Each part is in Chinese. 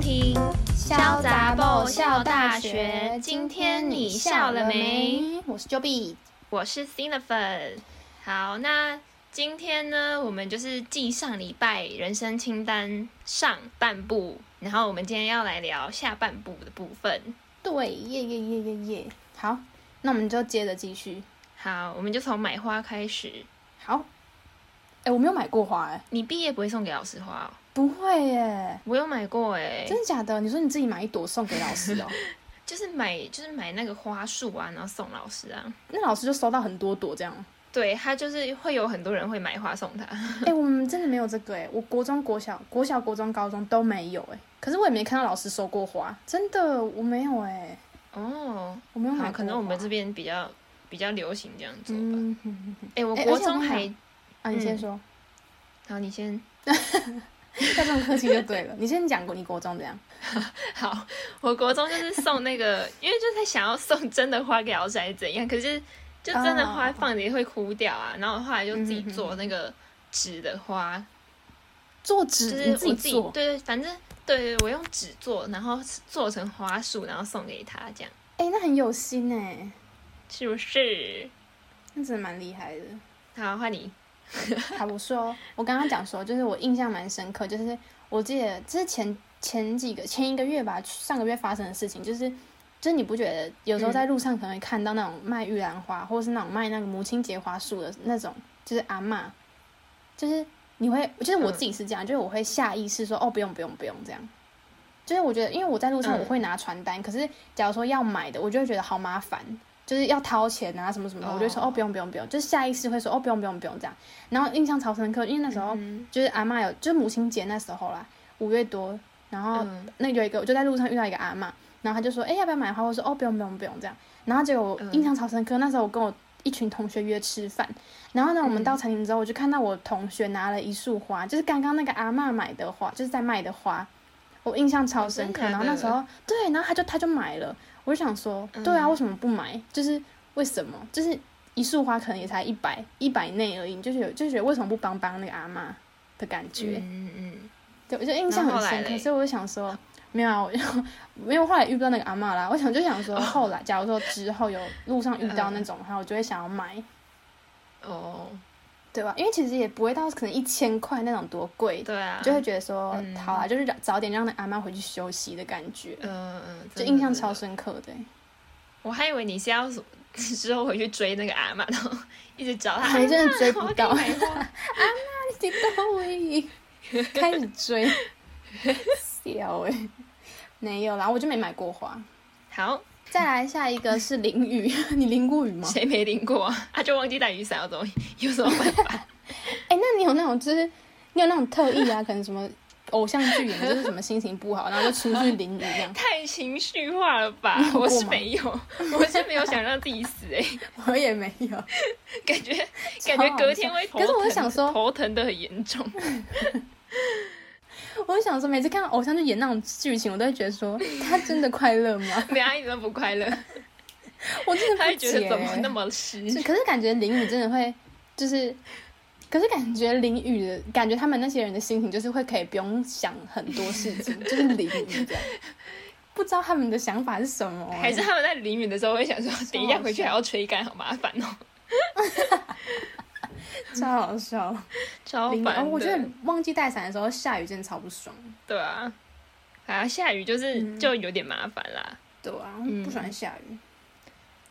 听《潇洒爆笑大学》，今天你笑了没？？我是 j o b 我是 C 的粉。好，那今天呢，我们就是继上礼拜人生清单上半部，然后我们今天要来聊下半部的部分。对，耶耶耶耶耶！好，那我们就接着继续。好，我们就从买花开始。好，哎、我没有买过花、哎，你毕业不会送给老师花哦？不会耶、我有买过哎、真的假的？你说你自己买一朵送给老师 哦、就是买就是买那个花束啊，然后送老师啊。那老师就收到很多朵这样。对他就是会有很多人会买花送他。哎、我们真的没有这个哎、我国中、国小、国小、国中、高中都没有哎、可是我也没看到老师收过花，真的我没有哎、哦，我没有好，买过可能我们花这边比较比较流行这样做吧。嗯哼哼哼哎、我哎国而且我中跟你还，啊，你先嗯说。好，你先。要这么客气就 对了。你先讲过你国中怎样？好，我国中就是送那个，因为就是想要送真的花给老师还是怎样，可是就真的花哦放着也会枯掉啊。然后我后来就自己嗯哼哼做那个纸的花，做就纸是你我自己自己做，对对，反正对对，我用纸做，然后做成花束，然后送给他，这样哎、那很有心哎，是不是？那真的蛮厉害的。好，换你。好，我说，哦我刚刚讲说，就是我印象蛮深刻，就是我记得这是前前几个前一个月吧，上个月发生的事情，就是。就是你不觉得有时候嗯在路上可能会看到那种卖玉兰花，或者是那种卖那个母亲节花束的那种，就是阿嬷，就是你会，就是我嗯自己是这样，就是我会下意识说哦，不用不用不用这样。就是我觉得，因为我在路上嗯我会拿传单，可是假如说要买的，我就会觉得好麻烦，就是要掏钱啊什么什么的，我就会说哦哦不用不用不用，就是下意识会说哦不用不用不用这样。然后印象超深刻，因为那时候嗯就是阿嬷有，就是母亲节那时候啦，五月多，然后嗯那有一个我就在路上遇到一个阿嬷，然后她就说，哎、要不要买花？我说，哦，不用不用不用这样。然后结果我嗯印象超深刻，那时候我跟我一群同学约吃饭，然后呢，我们到餐厅之后，我就看到我同学拿了一束花，就是刚刚那个阿嬷买的花，就是在卖的花，我印象超深哦刻。真的假然后的那时候对，然后他就他就买了，我就想说，嗯对啊，为什么不买？就是为什么？就是一束花可能也才一百一百内而已，你就是有就觉得为什么不帮帮那个阿嬷的感觉？嗯嗯对，我就印象然后后很来深刻，嘞所以我就想说，没有、啊，我就 没有后来遇不到那个阿嬷啦。我想就想哦说，后来假如说之后有路上遇到那种，然后我就会想要买，嗯，哦，对吧？因为其实也不会到可能一千块那种多贵，对啊，就会觉得说，嗯好啊啦，就是早早点让那阿嬷回去休息的感觉，嗯嗯，就真的印象真的超深刻的欸、 我还以为你是要 之后回去追那个阿嬷，然后一直找她，还啊真的追不我要给到你买花你到位，开始追，笑哎、 没有啦，我就没买过花。好，再来下一个是淋雨， 你淋过雨吗？谁没淋过 啊？啊，就忘记带雨伞，我怎么有什么办法？哎、那你有那种就是你有那种特意啊，可能什么偶像剧演的就是什么心情不好，然后就出去淋雨这样。太情绪化了吧？ 有过我吗是没有，我是没有想让自己死 哎、 我也没有，感觉感觉隔天会头疼，可是我就想说头疼的很严重。 我就想说，每次看到偶像剧演那种剧情，我都会觉得说，他真的快乐吗？ 没阿姨怎么不快乐？我真的她不会觉得解欸怎么那么湿？是，可是感觉淋雨真的会，就是，可是感觉淋雨的感觉，他们那些人的心情就是会可以不用想很多事情，就是淋雨这样。不知道他们的想法是什么欸、还是他们在淋雨的时候会想说，等一下回去还要吹干，好麻烦哦，超好笑。超淋雨、烦哦的。我觉得忘记带伞的时候下雨真的超不爽。对啊，啊，下雨就是、嗯就有点麻烦啦。对啊，嗯不喜欢下雨。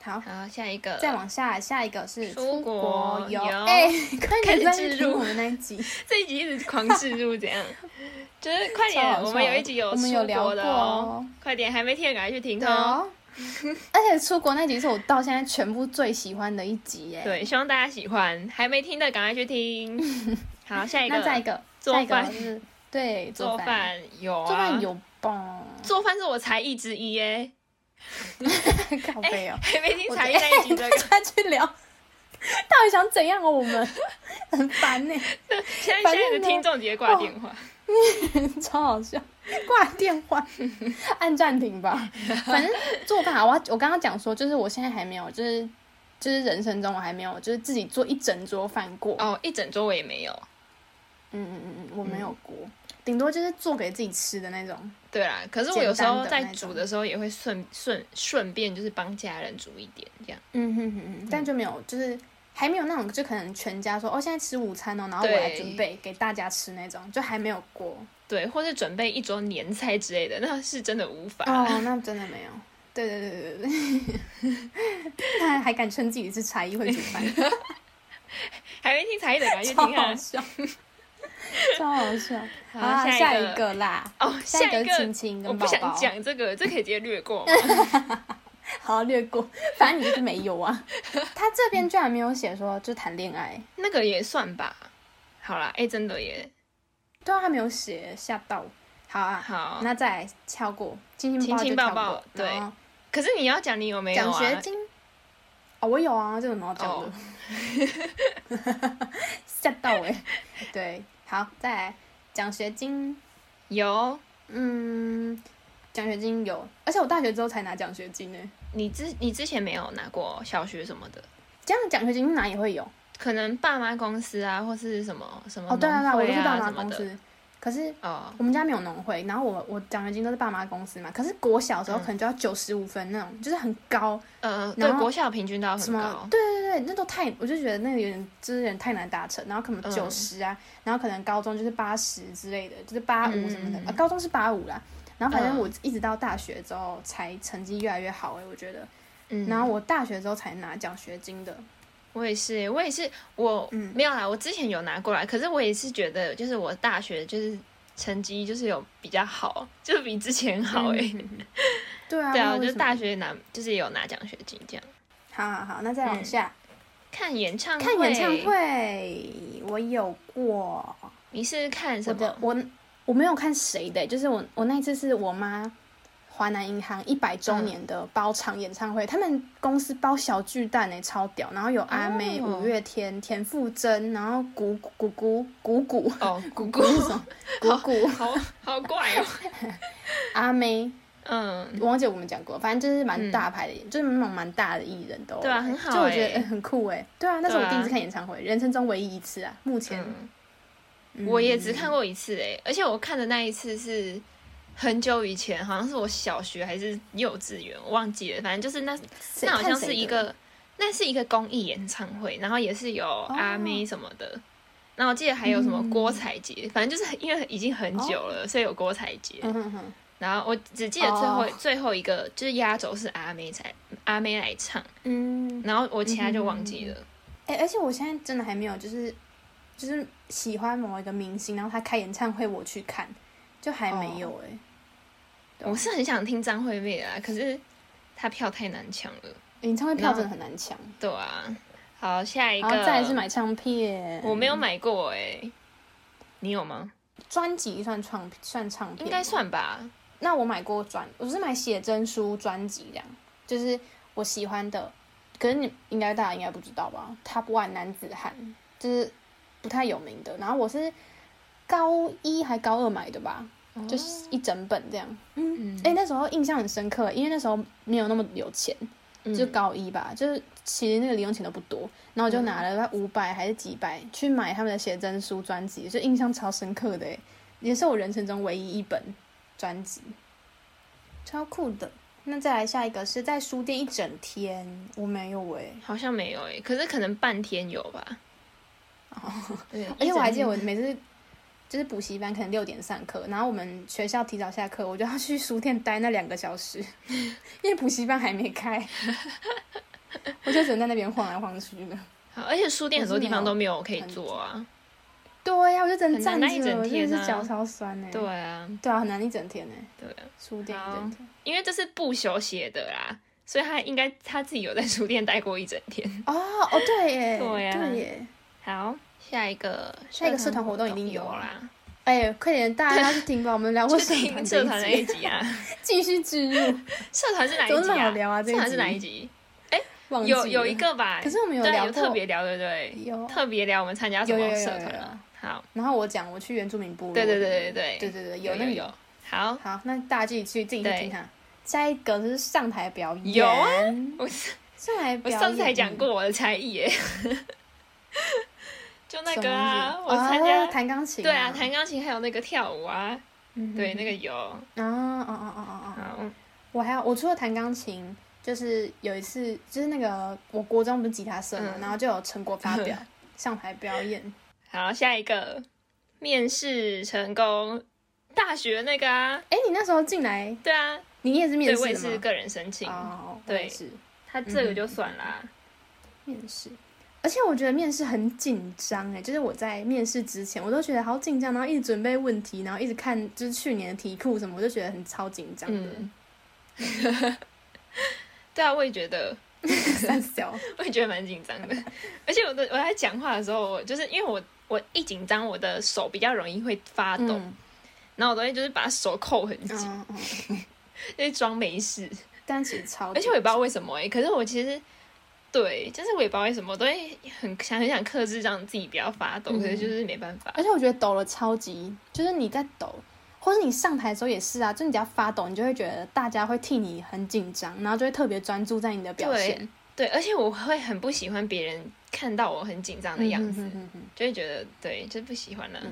好，好，下一个，再往下，下一个是出国游。游 哎、快开点始再置去听入我们那一集。 这一集一直狂置入，怎样？ 就是快超好点，笑我们有一集有我们有出聊国过的哦，快点，还没听的赶快去听哦。哦。而且出国那集是我到现在全部最喜欢的一集耶。，对，希望大家喜欢，还没听的赶快去 听。好，下一个，那再一个，做再一个饭是对做饭，饭有啊，做饭有 吧？做饭是我才艺之一耶， 靠哎背哦，还没听我才艺觉得那一 集这个，大家去聊，到底想怎样哦？我们 很烦呢，现在反现在正的呢听众直接挂电话。 超好笑。挂电话， 按暂停吧。反正做饭啊，我要我刚刚讲说，就是我现在还没有，就是就是人生中我还没有，就是自己做一整桌饭过。哦，一整周我也没有。嗯嗯嗯嗯嗯，我没有过。顶多就是做给自己吃的那种。对啦，可是我有时简单候的在那煮种的时候也会顺顺顺便就是帮家人煮一点这样。嗯哼哼哼，但就没有，就是还没有那种，就可能全家说哦，现在吃午餐哦，然后我对来准备给大家吃那种，就还没有过。对，或是准备一桌年菜之类的，那是真的无法。哦，那真的没有。对对对对对， 他还敢称自己是才艺会煮饭，还没听才艺的，赶紧超听啊好！ 笑，超好笑。好好啊，下下一一个啦，哦，下下一个亲个亲我跟不宝想宝，讲这个，这可以直接略 过吗。好略过，反正你就是没 有啊。他这边居然没有写说就谈恋爱，那个也算吧。好啦，哎、真的耶。对啊，他没有写，吓到我。好啊，好，那再来跳过亲亲亲抱亲就抱跳抱过对然后可是你要讲你有没有奖啊？学金。哦，我有啊，这有什么好讲的哦？ 吓、到哎、对，好，再来奖学金，有，嗯，奖学金有，而且我大学之后才拿奖学金呢、你之你之前没有拿过小学什么的，这样奖学金哪也会有？可能爸妈公司啊，或是什么什么哦，对啊，对嗯啊，农我会都是爸妈什么公的司，可是哦，我们家没有农会，然后我我奖学金都是爸妈公司嘛。可是国小嗯的时候可能就要九十五分那种，就是很高，呃，对然，后国校平均都要什很么高，对对对，那都太，我就觉得那个有点，就是有点太难达成。然后可能嗯九十啊，然后可能高中就是八十之类的，就是八五什么的、嗯啊，高中是八五啦。然后反正嗯我一直到大学之后才成绩越来越好哎、我觉得。嗯，然后我大学之后才拿奖学金的，我也是，我也是，我、嗯没有啦，我之前有拿过来，可是我也是觉得，就是我大学就是成绩就是有比较好，就是比之前好哎、嗯嗯嗯对 啊，对啊，不我知就道为什么大。学拿就是有拿奖学金这样。好好好，那再往嗯下、看演唱嗯会，看演唱，会，我有过。你是看我什的么？我我没有看谁的欸、就是我我那一次是我妈华南银行一百周年的包场演唱会，他们公司包小巨蛋哎、超屌，然后有阿妹、嗯哦五月天、田馥甄，然后谷谷谷谷谷哦，姑姑谷， 是什么？谷谷好好怪哦。阿妹， 嗯，我忘记我们讲过，反正就是蛮嗯大牌的，就是那种蛮大的艺人都有对啊来很好就我觉得、欸呃很酷哎、对啊，那是对我啊第一次看演唱会，人生中唯一一次啊，目前、嗯嗯我也只看过一次哎、而且我看的那一次是很久以前，好像是我小学还是幼稚园，我忘记了，反正就是那谁那好看像谁是一的个，那是一个公益演唱会，然后也是有阿妹什么的。然后我记得还有什么哦嗯哦郭采洁，反正就是因为已经很久了，所以有郭采洁。嗯哼哼。然后我只记得最后、哦最后一个就是压轴是阿妹才阿妹来唱，嗯，然后我其他就忘记了。哎、而且我现在真的还没有，就是就是喜欢某一个明星，然后他开演唱会我去看，就还没哦有哎、对啊我是很想听张惠妹的啊，可是她票太难抢了。演唱会票真的很难抢，对啊，好，下一然个后再来是买唱片，我没有买过哎、你有嗯吗？专辑算唱算唱片吗，应该算吧。那我买过专，我是买写真书专辑这样，就是我喜欢的，可是你应该大家应该不知道吧？Top One 男子汉就是不太有名的，然后我是高一还高二买的吧，就是一整本这样。嗯嗯，哎、那时候印象很深刻，因为那时候没有那么有钱，就嗯高一吧，就是其实那个零用钱都不多，然后我就拿了大概五百还是几百去买他们的写真书专辑，就印象超深刻的欸，也是我人生中唯一一本专辑，超酷的。那再来下一个是在书店一整天，我没有哎、好像没有诶、可是可能半天有吧。哦，对，而且哎我还记得一整我每次就是补习班可能六点上课，然后我们学校提早下课，我就要去书店待那两个小时， 因为补习班还没 开，我就只能在那边晃来晃去的。好，而且书店很多地方我是没有都没有可以坐啊。对呀、我就只能很站难着，那一整我真天的啊是脚超酸哎、对啊，对啊，很难一整天哎、对啊，书店一整 天。因为这是不休写的啦，所以他应该他自己有在书店待过一整天。哦哦，对 耶，对啊耶。好，下一个下一个社团活动一一定定有啊啦，哎、快点，大家要去听吧。我们 聊过就社啊听团社这团一那一集，集啊。 继续植入，社团是哪怎一么集那么好啊？聊啊这一社团是哪集一集？忘记有有了一，个吧，可是我们有对聊有过特别聊，对不对？有特别聊我们参加什有么有有有社有团有啊？好，然后我讲我去原住民部落，对对对对对对对对，有那有个有。好，好，那大家自己去自己去对听它。下一个就是上台表演，有啊我上台我表演，上次还讲过我的才艺耶， 就那什个么啊，东我西参加哦、弹钢琴、对啊，弹钢琴还有那个跳舞啊，嗯对，哼那个有，啊哦哦哦哦哦，好，我还有我除了弹钢琴，就是有一次就是那个我国中不是吉他社嘛，嗯然后就有成果发 表上台表演，好，下一个面试成功，大学那个啊，哎、你那时候进来，对啊，你也是面对试我也的是吗？个人申请，哦，我对也是他这个就算啦，面试。而且我觉得面试很紧张哎，就是我在面试之前，我都觉得好紧张，然后一直准备问题，然后一直看就是去年的题库什么，我就觉得很超紧张的，嗯， 对啊，我也觉得， 三小，我也觉得蛮紧张的，而且我的我在讲话的时候，我就是因为我我一紧张，我的手比较容易会发抖， 嗯然后我都会就是把手扣很紧，嗯嗯，就是装没事，但其实超紧，而且我也不知道为什么哎、可是我其实。对，就是我也不知道为什么，我都会很想很想克制，让自己不要发抖，嗯可是就是没办法。而且我觉得抖了超级，就是你在抖，或是你上台的时候也是啊，就你只要发抖，你就会觉得大家会替你很紧张，然后就会特别专注在你的表现对，而且我会很不喜欢别人看到我很紧张的样子，嗯哼哼哼哼就会觉得对，就是不喜欢了。啊嗯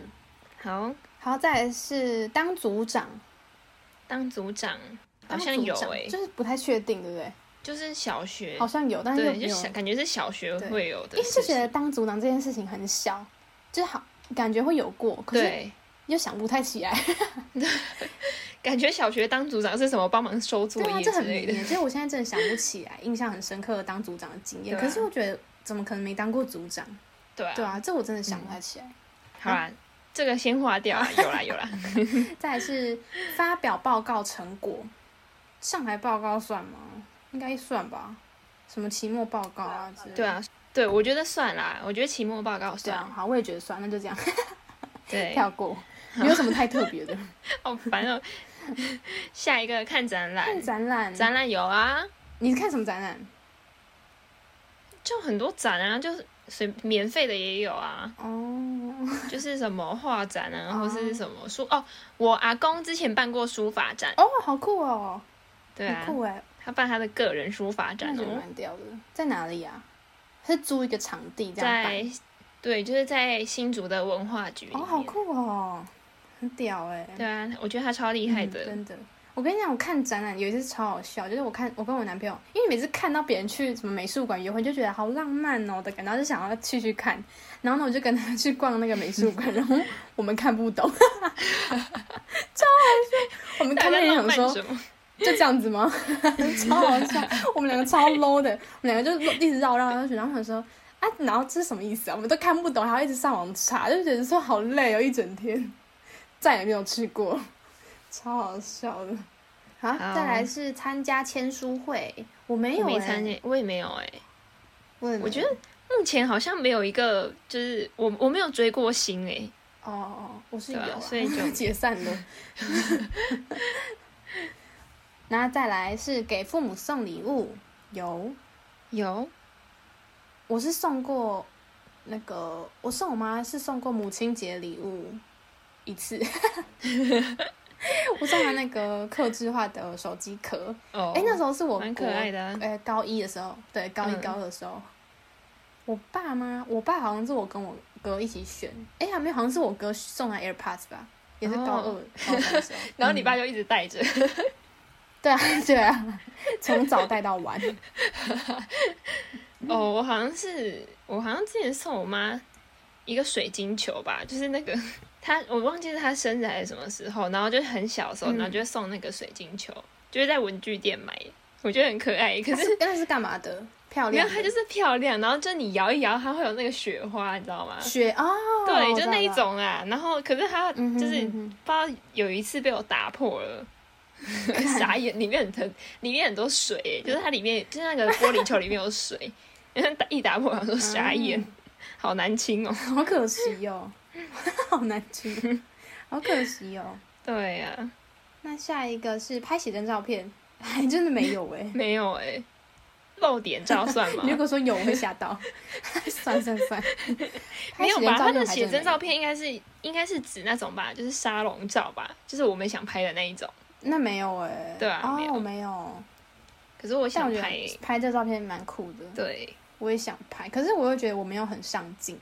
好，好，再来是当组长，当组长好当像组有长诶、就是不太确定，对不对？就是小学好，像有，但是又对，没就有，小感觉是小学对会有的因为就事觉得情。当组长这件事情很小，就是好感觉会有过，可是对，又想不太起来。 感觉小学当组长是什么？帮忙收作对啊，业这之很类迷的。耶。就是我现在真的想不起来，印象很深刻的当组长的经验。对啊可是我觉得怎么可能没当过组长？对啊，对啊，这我真的想不太起来。好啊啦，这个先划 掉啊，有啦有啦。嗯再来是发表报告成果，上台报告算吗？应该算吧，什么期末报告啊之类的。对，啊，对，我觉得算啦，我觉得期末报告对算。啊，好，我也觉得算，那就这样对，跳过，没有什么太特别的。 好烦 哦。下一个看展览看，展览，展览有啊，你是看什么展览？就很多展啊，就是随免费的也有啊。哦就是什么画展啊， 哦或是什么书哦。我阿公之前办过书法展，哦，好酷哦，对啊好，酷哎，他办他的个人书法那展觉得哦，蛮屌的。在哪里啊？是租一个场地这样在办？对，就是在新竹的文化局里哦，好面。酷哦，很屌哎。对啊，我觉得他超厉害嗯的。真的。我跟你讲，我看展览有一次超好笑，就是我看我跟我男朋友，因为每次看到别人去什么美术馆约会，就觉得好浪漫哦的感觉，然后就想要去去看。然后呢，我就跟他去逛那个美术馆，然后我们看不懂，超 好笑。我们大看家 那里啊浪想漫说，什么？就这样子吗？ 超好笑，我们两个超 low 的，我们两个就一直绕绕绕去，然后我想说啊，然后这是什么意思啊？我们都看不懂，还要一直上网查，就觉得说好累哦，一整天，再也没有去过，超好笑的。好，好再来是参加签书会，我没有、欸，没参加，我也没有哎。我也没有，我觉得目前好像没有一个，就是我我没有追过星哎。哦哦，我是有、对啊啊，所以就解散了。 那再来是给父母送礼物，有。有我是送过那个，我送我妈是送过母亲节礼物一次， 我送她那个刻制化的手机壳。哦哎、，那时候是我蛮可爱的啊国，呃，高一的时候，对，高一嗯高二的时候，我爸妈，我爸好像是我跟我哥一起选，哎、还没有，好像是我哥送他 AirPods 吧，也是高二、哦。高三的时 候嗯然后你爸就一直带着，对啊， 对啊，从早带到晚。嗯哦，我好像是我好像之前送我妈一个水晶球吧，就是那个 她我忘记是她生日还是什么时候，然后就很小的时候，嗯然后就送那个水晶球，就是在文具店买，我觉得很可爱。可那是是那是干嘛的？漂你亮看的。它就是漂亮，然后就你摇一摇，它会有那个雪花，你知道吗？雪哦，对，我知就道那一了。种啊。然后可是它嗯哼就是嗯不哼知道有一次被我打破了。傻眼，里面很疼，里面很多水耶，就是它里面就是那个玻璃球里面有水，然嗯后打一打破，我想说傻眼，好难清哦。 好可惜哦， 好难听，好可惜哦。对啊呀、那下一个是拍写真照片，还真的没有哎、 没有哎、露点照算吗 你？如果说有，我会吓 到。算算算，没有吧？拍他的写写真真照照片应该是应该是指那种吧，就是沙龙照吧，就是我们想拍的那一种。片那没有哎、对啊没哦，有我没有。可是我但想我觉拍，得拍这照片蛮酷的，对，我也想拍，可是我又觉得我没有很上镜。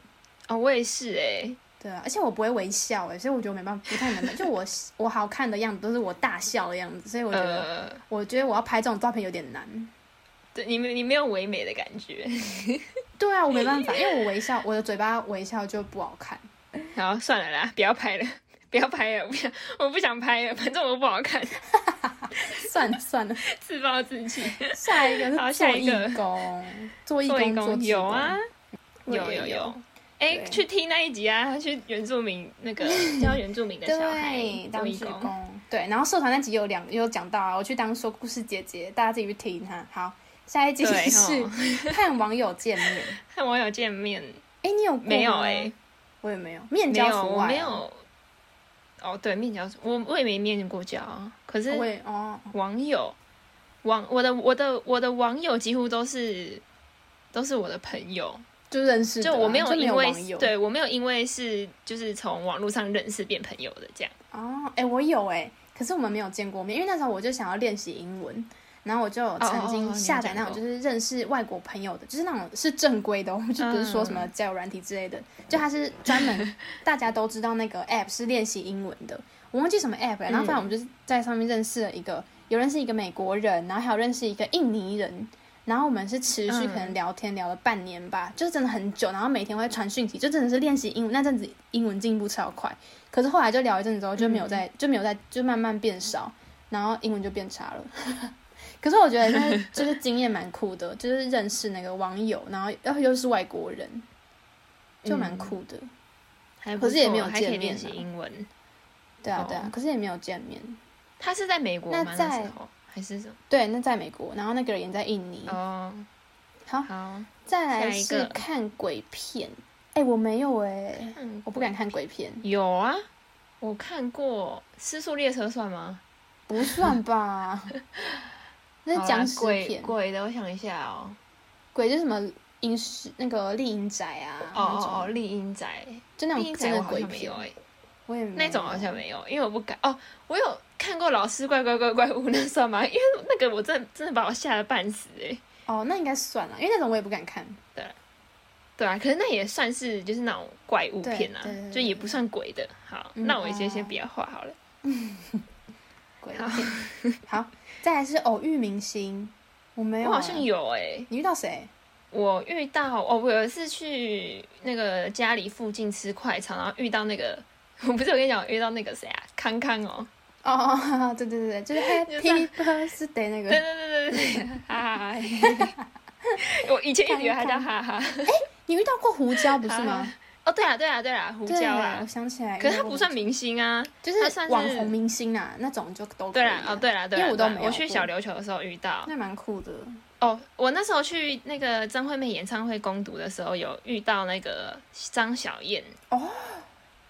哦，我也是哎、对啊，而且我不会微笑哎、所以我觉得我没办法，不太能美。就我我好看的样子都是我大笑的样子，所以我觉得、呃，我觉得我要拍这种照片有点难。对你没你没有唯美的感觉。对啊，我没办法，因为我微笑，我的嘴巴微笑就不好看。 好，算了啦，不要拍了，不要拍了，我不想，我不想拍了，反正我不好看，算了算了，自暴自弃。下一个好是下做一个义工，做义做义工做工志有工啊，，我有也有有有。哎、对去听那一集啊，他去原住民那 个教原住民的小孩对，做当义志工。工，对，然后社团那集有两有讲到啊，我去当说故事姐姐，大家自己去听哈。好，下一集对哦是 和网友见面。和网友见面哎，你有过没有吗哎、我也没有面没交有，除我外啊，没有。哦，对，面交，我我也没面过交啊，可我是也哦，网友网我的我的我的网友几乎都是都是我的朋友，就认识的啊，就我没有有因为网友对我没有因为是就是从网络上认识变朋友的这样。哦，哎，我有哎，可是我们没有见过面，因为那时候我就想要练习英文。然后我就曾哦哦哦经你有下载讲那种过就是认识外国朋友的，就是那种是正规的哦，就不是说什么嗯交友软体之类的，就它是专 门大家都知道那个 app 是练习英文的，我忘记什么 app 了。然后反正我们就是在上面认识了一个，有认识一个美国人，然后还有认识一个印尼人，然后我们是持续嗯可能聊天聊了半年吧，就是真的很久，然后每天会传讯息，就真的是练习英文，那阵子英文进步超快。可是后来就聊一阵子之后就嗯没有再、就没有再就慢慢变少，然后英文就变差了。 可是我觉得就是就是经验蛮酷的，就是认识那个网友，然后然后又是外国人，就蛮嗯酷的。还不可是也没有错还可以见面练习啊英文。对哦啊对啊，可是也没有见面。他是在美国吗？那那在时候还是什么？对，那在美国，然后那个人也在印尼。哦，好好，再来下一个是看鬼片，哎、我没有哎、嗯，我不敢看鬼片，有啊，我看过《失速列车》算吗？不 算吧？那好是啦僵尸鬼片，鬼的，我想一下哦，鬼就是什么阴尸那个丽影宅啊，哦那种哦哦，丽英仔，就那丽种英真仔我的好鬼像没片有，哎，我也没那种有啊好像没有，因为我不敢。哦，我有看过《老师怪怪怪怪物》，那算吗？因为那个我真的真的把我吓得半死哎。哦，那应该算了，因为那种我也不敢看。对啊，可是那也算是就是那种怪物对片啊对对，就对也不算鬼的。好，嗯那我先哦先不要画好了。鬼好片 好，再来是偶遇明星，我没有、我好像有，有哎、你遇到谁？我遇到哦，我有一次去那个家里附近吃快餐，然后遇到那个，我不是有跟你讲，我遇到那个谁啊，康康哦，哦 哦哦，哦对对对对， 就是 Happy Birthday 那对个，对对对对，哈哈哈，我以前一直以为他叫哈哈，你遇到过胡椒不是吗？哦对啊对啊对啊，胡椒对我啦，想起来。可是他不算，明星啊，就他是算是网红明星啊，那种就都可对以啦啊哦，对啦对因啦，为我都对啦没有我去过小琉球的时候遇到，那蛮酷的。哦，我那时候去那个张惠妹演唱会攻读的时候，有遇到那个张小燕。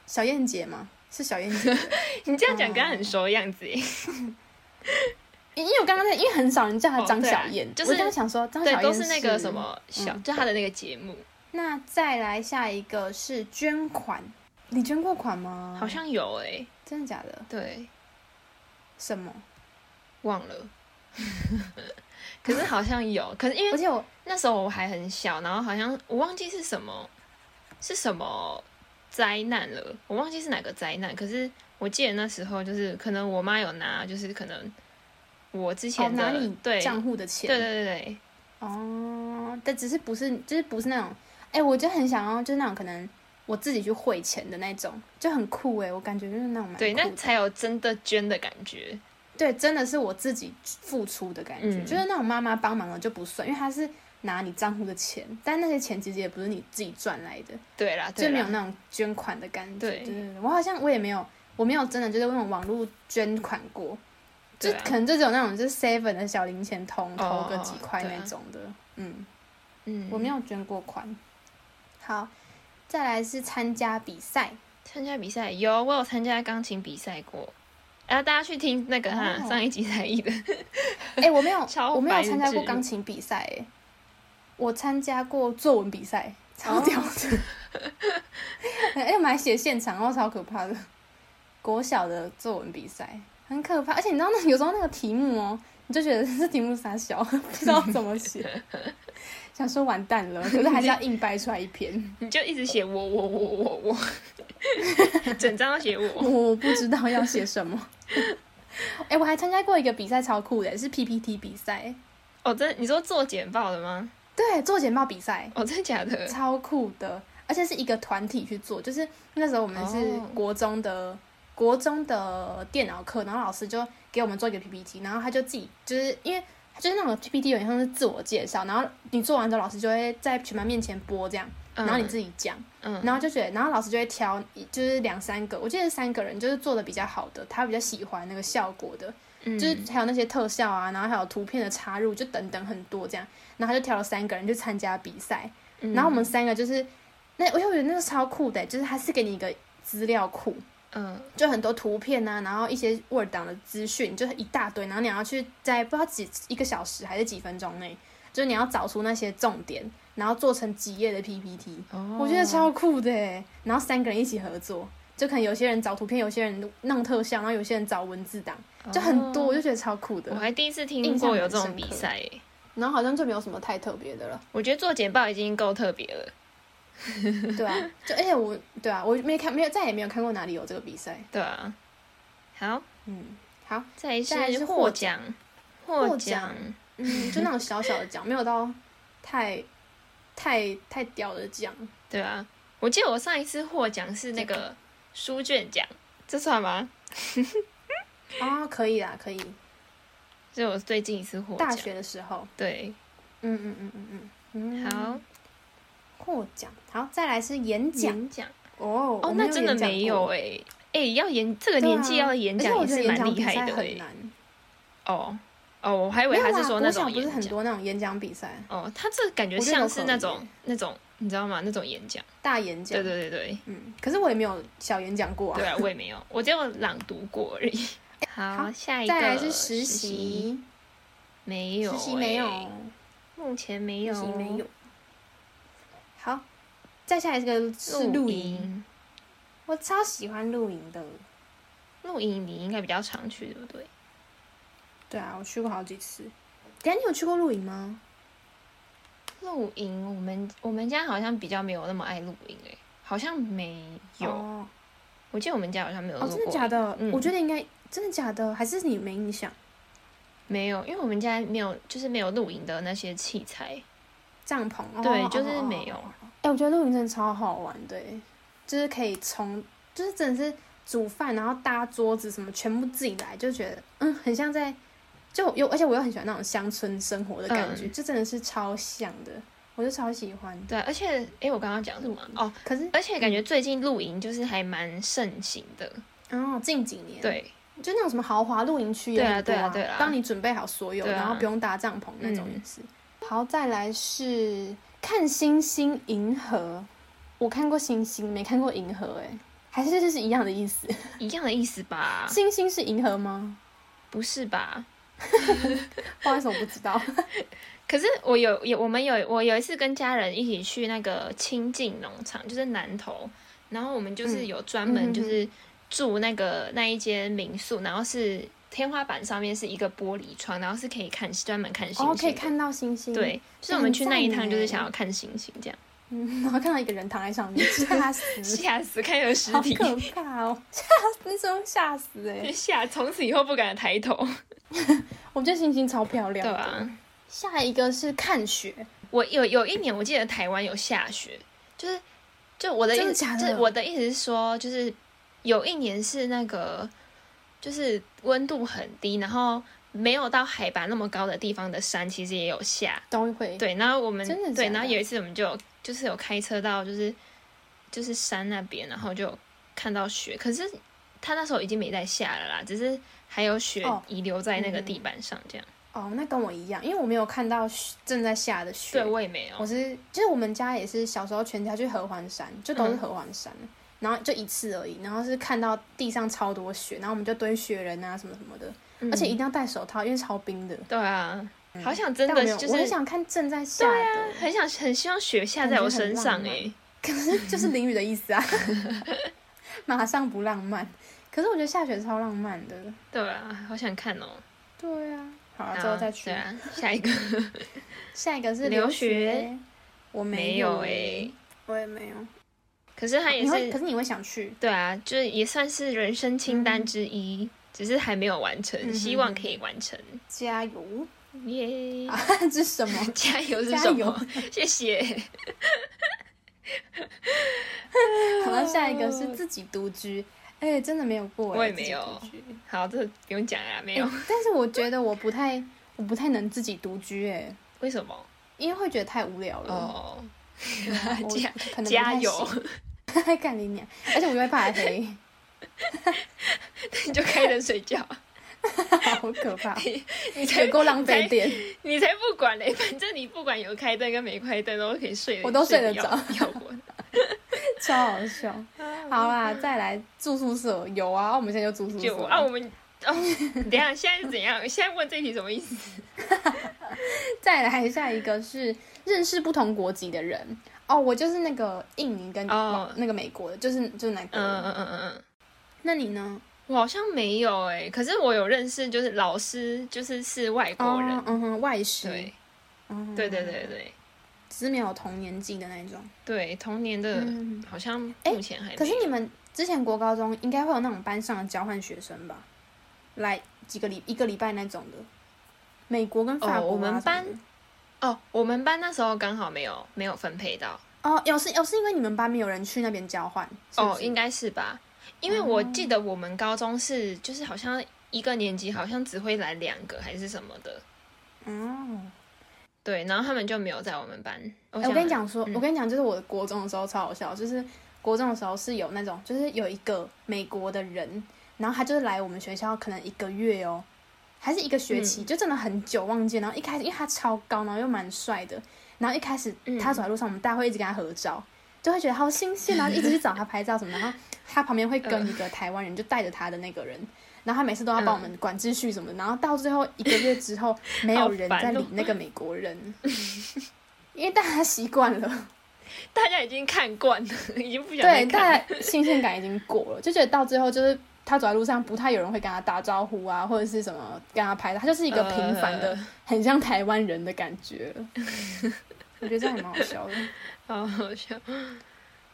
小燕姐吗？是小 燕姐，你这样讲跟她很熟的样子耶。因为我刚刚在，因为很少人叫她哦张对小啊燕，就是我刚刚想说哦张小对，燕都是那个什么是嗯小，就她的那个节目，那再来下一个是捐款，你捐过款吗？好像有哎，真的假的？对，什么？忘了。 可是好像有，可是因而为且我那时候我还很小，然后好像我忘记是什么，是什么灾难了，我忘记是哪个灾难。可是我记得那时候就是可能我妈有拿，就是可能我之哦前的、拿你对账户的钱，对对对对，哦，但只是不是就是不是那种，哎、我就很想要就是那种可能我自己去汇钱的那种，就很酷哎、我感觉就是那种蛮对，酷那的才有真的捐的感觉。对，真的是我自己付出的感觉，嗯就是那种妈妈帮忙了就不算，因为她是拿你账户的钱，但那些钱其实也不是你自己赚来的，对啦，对就没有啦，那种捐款的感觉。对对对，我好像我也没有，我没有真的就是那种网络捐款过，就对啊可能就只有那种就是 seven 的小零钱桶投哦个几块对啊那种的，嗯，嗯，我没有捐过款。好，再来是参加比赛，参加比赛，有我有参加钢琴比赛过。然后大家去听那个哈、哦上一集才艺的，，哎、我没 有超我没有白参加过痴钢琴比赛、哎，我参加过作文比赛，超屌的。哦 哎、我们还写现场，然后超可怕的。国小的作文比赛很可怕，而且你知道那 有时候那个题目哦、你就觉得这题目傻小，不知道怎么写。想说完蛋了，可是还是要硬掰出来一 篇。你就一直写我我我我我， 整张都写我。我不知道要写什么。 哎、我还参加过一个比赛，超酷的，是 PPT 比赛，哦，真的你说做简报的吗？对，做简报比赛，哦，真的假的？超酷的，而且是一个团体去做，就是那时候我们是哦国中的、国中的电脑课，然后老师就给我们做一个 PPT，然后他就自己就是因为。就是那种 PPT 有点像是自我介绍，然后你做完之后，老师就会在全班面前播这样，嗯然后你自己讲，嗯然后就觉得，然后老师就会挑一，就是两三个，我记得是三个人，就是做的比较好的，他比较喜欢那个效果的，嗯就是还有那些特效啊，然后还有图片的插入，就等等很多这样。然后他就挑了三个人去参加比赛，嗯然后我们三个就是，那我就觉得那个超酷的，就是他是给你一个资料库，嗯就很多图片啊，然后一些 Word 档的资讯，就是一大堆，然后你要去在不知道几一个小时还是几分钟内，就是你要找出那些重点，然后做成几页的 PPT。哦我觉得超酷的欸，然后三个人一起合作，就可能有些人找图片，有些人弄特效，然后有些人找文字档，就很多，我哦就觉得超酷的我。还第一次听印象过有很这种深比刻赛耶，然后好像就没有什么太特别的了，我觉得做简报已经够特别了。对啊，就而且我对啊，我没看，没有再也没有看过哪里有这个比赛。对啊，好，嗯，好，再来再来是是获获奖，获奖奖， 嗯，就那种小小的奖，没有到太太太屌的奖，对啊，我记得我上一次获奖是那个书卷奖，这算吗？哦啊、可以啦，可以。这是我最近一次获奖。大学的时候，对，嗯嗯嗯嗯嗯嗯，好，获奖，好，再来是演讲演讲哦，哦我，没那有真的演讲没过有哎、欸、哎、要演这个对年纪啊要演而且讲我也觉得是演蛮讲厉比害赛的、很欸、难。哦哦，我还以为没有他啦是说国那小种不是演很讲多那种演讲比赛，哦，他这感觉我觉得像有是可那能种那种你知道吗？那种演讲，大演讲。对对对对嗯，可是我也没有小演讲过啊对。啊，我也没有，我只有朗读过而 已。好，哎好下一个再来是实实习，没有、实习没有，欸，目前没实有，习没有。好，再下来这个是露露营，营，我超喜欢露营的。露营你应该比较常去，对不对？对啊，我去过好几次。等一下你有去过露营吗？露营，我们我们家好像比较没有那么爱露营诶、好像没有。哦，我记得我们家好像没有露哦过、真的假的？嗯我觉得应该真的假的，还是你没印象？没有，因为我们家没有，就是没有露营的那些器材。帐篷？哦对，就是没。有哦哦哦。哎、我觉得露营真的超好玩的欸，就是可以从，就是真的是煮饭，然后搭桌子什么，全部自己来，就觉得嗯，很像在，就又而且我又很喜欢那种乡村生活的感觉，嗯就真的是超像的，我就超喜欢。对啊，而且诶，我刚刚讲什么啊？哦，可是而且感觉最近露营就是还蛮盛行的。哦，近几年，，对，就那种什么豪华露营区也对啊很多对啊对啊帮你准备好所有，对啊然后不用搭帐篷那种嗯也是。好，再来是看星星银河，我看过星星，没看过银河、欸，哎，还是就是一样的意思。一样的意思吧？ 星星是银河吗？不是吧？不好意思，我不知 道。哦可是我有有我们有我有一次跟家人一起去那个清境农场，就是南投，然后我们就是嗯有专嗯门哼就是住那个、那一间民宿，然后是天花板上面是一个玻璃窗，然后是可以看专门看星星的、哦，可以看到星星。对，所以那我们很去那一赞趟就是耶想要看星星，这样嗯，然后看到一个人躺在 上面，吓死，吓死，看有尸好体，可怕哦，吓死，那时候吓死哎、 吓，从此以后不敢抬头。我觉得星星超漂亮。对。啊，下一个是看雪，我有有一年我记得台湾有下雪，就是就我的意真的思，假就是的我的意思是说，就是有一年是那个就是温度很低，然后没有到海拔那么高的地方的山，其实也有下，都会。。对，然后我们真的对，假然后的有一次我们就有就是有开车到就是就是山那边，然后就有看到雪，可是它那时候已经没在下了啦，只是还有雪哦遗留在那个嗯地板上这样。哦，那跟我一样，因为我没有看到雪正在下的雪。对我也没有我，是，就是我们家也是小时候全家去合欢山，就嗯都是合欢山，然后就一次而已，然后是看到地上超多雪，然后我们就堆雪人啊什么什么的，嗯而且一定要戴手套，因为超冰的。对啊，好想真但的我没有就我很是啊想看正在下的， 很想很希望雪下感在觉我很身浪上哎、漫可是就是淋雨的意思啊， 马上不浪漫。可是我觉得下雪超浪漫的，对啊，好想看哦。对啊。好了，然之后再去对。啊，下一 个下一个是留学学，我没有有欸欸诶、我也没有。可是他也你会，可是是你会想去，对啊，就是也算是人生清单嗯之一，只是还没有完成，嗯哼希望可以完成，加油！ 耶、啊，这是什么？加油是加什油么？谢谢。啊好了，下一个是自己独居，哎、真的没有过、哎我也自己没有独居好，这不用讲啊，没有。哎但是我觉得我不太， 我不太能自己独居、哎，为什么？因为会觉得太无聊了。哦，我加可能不太加油，行， 干你娘！而且我又会 怕黑，你就开灯睡 觉，好可怕， 你才有够浪费电。你才不管嘞，反正你不管有开灯跟没开灯都可以睡，我都睡得得着要我超好笑。 好啦，再来住宿舍有啊，我们现在就住宿舍 就啊，我们哦， 等一下现在是怎样？现在问这题什么意思？再来下一个是认识不同国籍的人哦，我就是那个印尼跟哦那个美国的，就是就是那个。嗯嗯嗯嗯嗯，那你呢？我好像没有哎、可是我有认识，就是老师就是是外国人，哦嗯哼，外食，对嗯，对对对，对只是没有同年纪的那一种。对，童年的嗯，好像哎目前还可是没你们之前国高中应该会有那种班上的交换学生吧？来几个礼一个礼拜那种的，美国跟法国啊、哦我们班什么的哦，我们班那时候刚好没有没有分配到。哦，有是有是因为你们班没有人去那边交换哦，应该该是哦吧，因为我记得我们高中是就是好像一个年级好像只会来两个还是什么的，哦。对，然后他们就没有在我们班。我哎我跟你想，嗯讲说，我跟你讲，就是我国中的时候超好笑，就是国中的时候是有那种，就是有一个美国的人，然后他就是来我们学校可能一个月哦，还是一个学嗯期，就真的很久忘记了。然后一开始因为他超高，然后又蛮帅的，然后一开始嗯他走在路上，我们大家会一直跟他合照。就会觉得好新鲜，然后一直去找他拍照什么，然后他旁 边嗯会跟一个台湾人，就带着他的那个人，然后他每次都要帮我嗯们管秩序什么的，然后到最后一个月之后，没有人在理那个美国 人，因为大家习惯了，大家已经看惯了，已经不想再对，看大了。家新鲜感已经过了，就觉得到最后就是他走在路上，不太有人会跟他打招呼啊，或者是什么跟他拍，他就是一个平凡的，很像台湾人的感觉了。 我觉得这样还蛮好笑的。好好笑。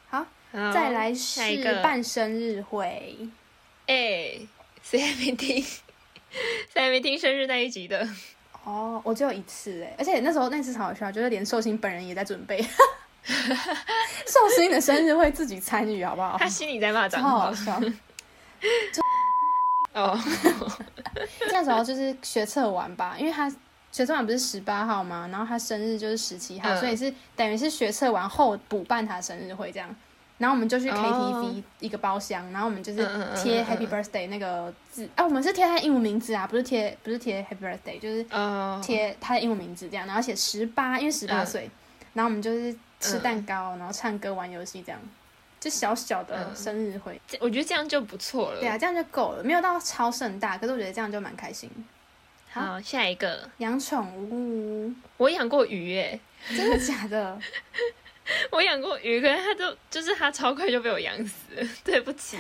好，好再来是下一个办生日会，哎、谁还没听？谁还没听生日那一集的？哦，我只有一次哎，而且那时候那次超好笑，就是连寿星本人也在准备。 寿星的生日会自己参与，好不好他？心里在骂超脏好话。笑。哦， 那时候就是学测完吧，因为他学测完不是十八号嘛，然后他生日就是十七号，嗯所以是等于是学测完后补办他生日会这样。然后我们就去 KTV 哦一个包厢，然后我们就是嗯嗯嗯贴嗯嗯 Happy Birthday 那个字，啊，我们是贴他的英文名字啊，不是贴不是贴 Happy Birthday，就是哦，贴他的英文名字这样，然后写十八，因为十八嗯岁，然后我们就是吃嗯蛋糕，然后唱歌、玩游戏这样，就小小的嗯生日会。这我觉得这样就不错了。对啊，这样就够了，没有到超盛大，可是我觉得这样就蛮开心。好，下一个，养宠物，我养过鱼耶、真的假 的？我养过鱼，可是它就就是它超快就被我养死了，对不起，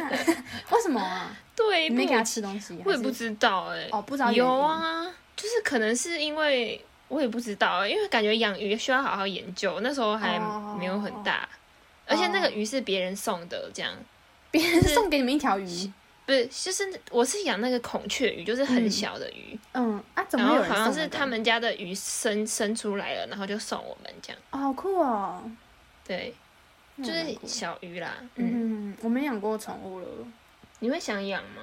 为什么啊？对你哎不没给它起，吃东西？我也不还是知道哎、哦，不知道原因有，啊，就是可能是因为我也不知道，因为感觉养鱼需要好好研究，那时候还哦没有很大，而且那个鱼是别人送的，这样别人就是送给你们一条鱼，不是就是我是养那个孔雀鱼，就是很嗯小的鱼，嗯啊，怎么然会后有人好送像那是个他们家的鱼生生出来了，然后就送我们这样，哦好酷哦，对，那就我是养过小鱼啦，嗯，嗯，我没养过宠物了。你会想养吗？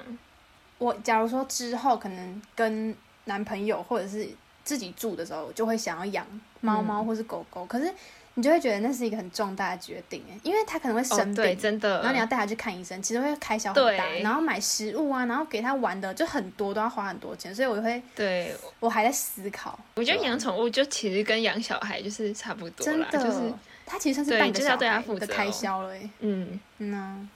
我假如说之后可能跟男朋友或者是自己住的时候，就会想要养猫嗯猫或是狗狗，可是你就会觉得那是一个很重大的决定，哎，因为它可能会哦生，对，病，真的，然后你要带它去看医生，其实会开销很大，对然后买食物啊，然后给它玩的就很多，都要花很多钱，所以我会对，我还在思考，我觉得对啊养宠物就其实跟养小孩就是差不多真啦，的，就是它其实算是对半就个是小要对它孩负的责开哦销了，哎，嗯，嗯呐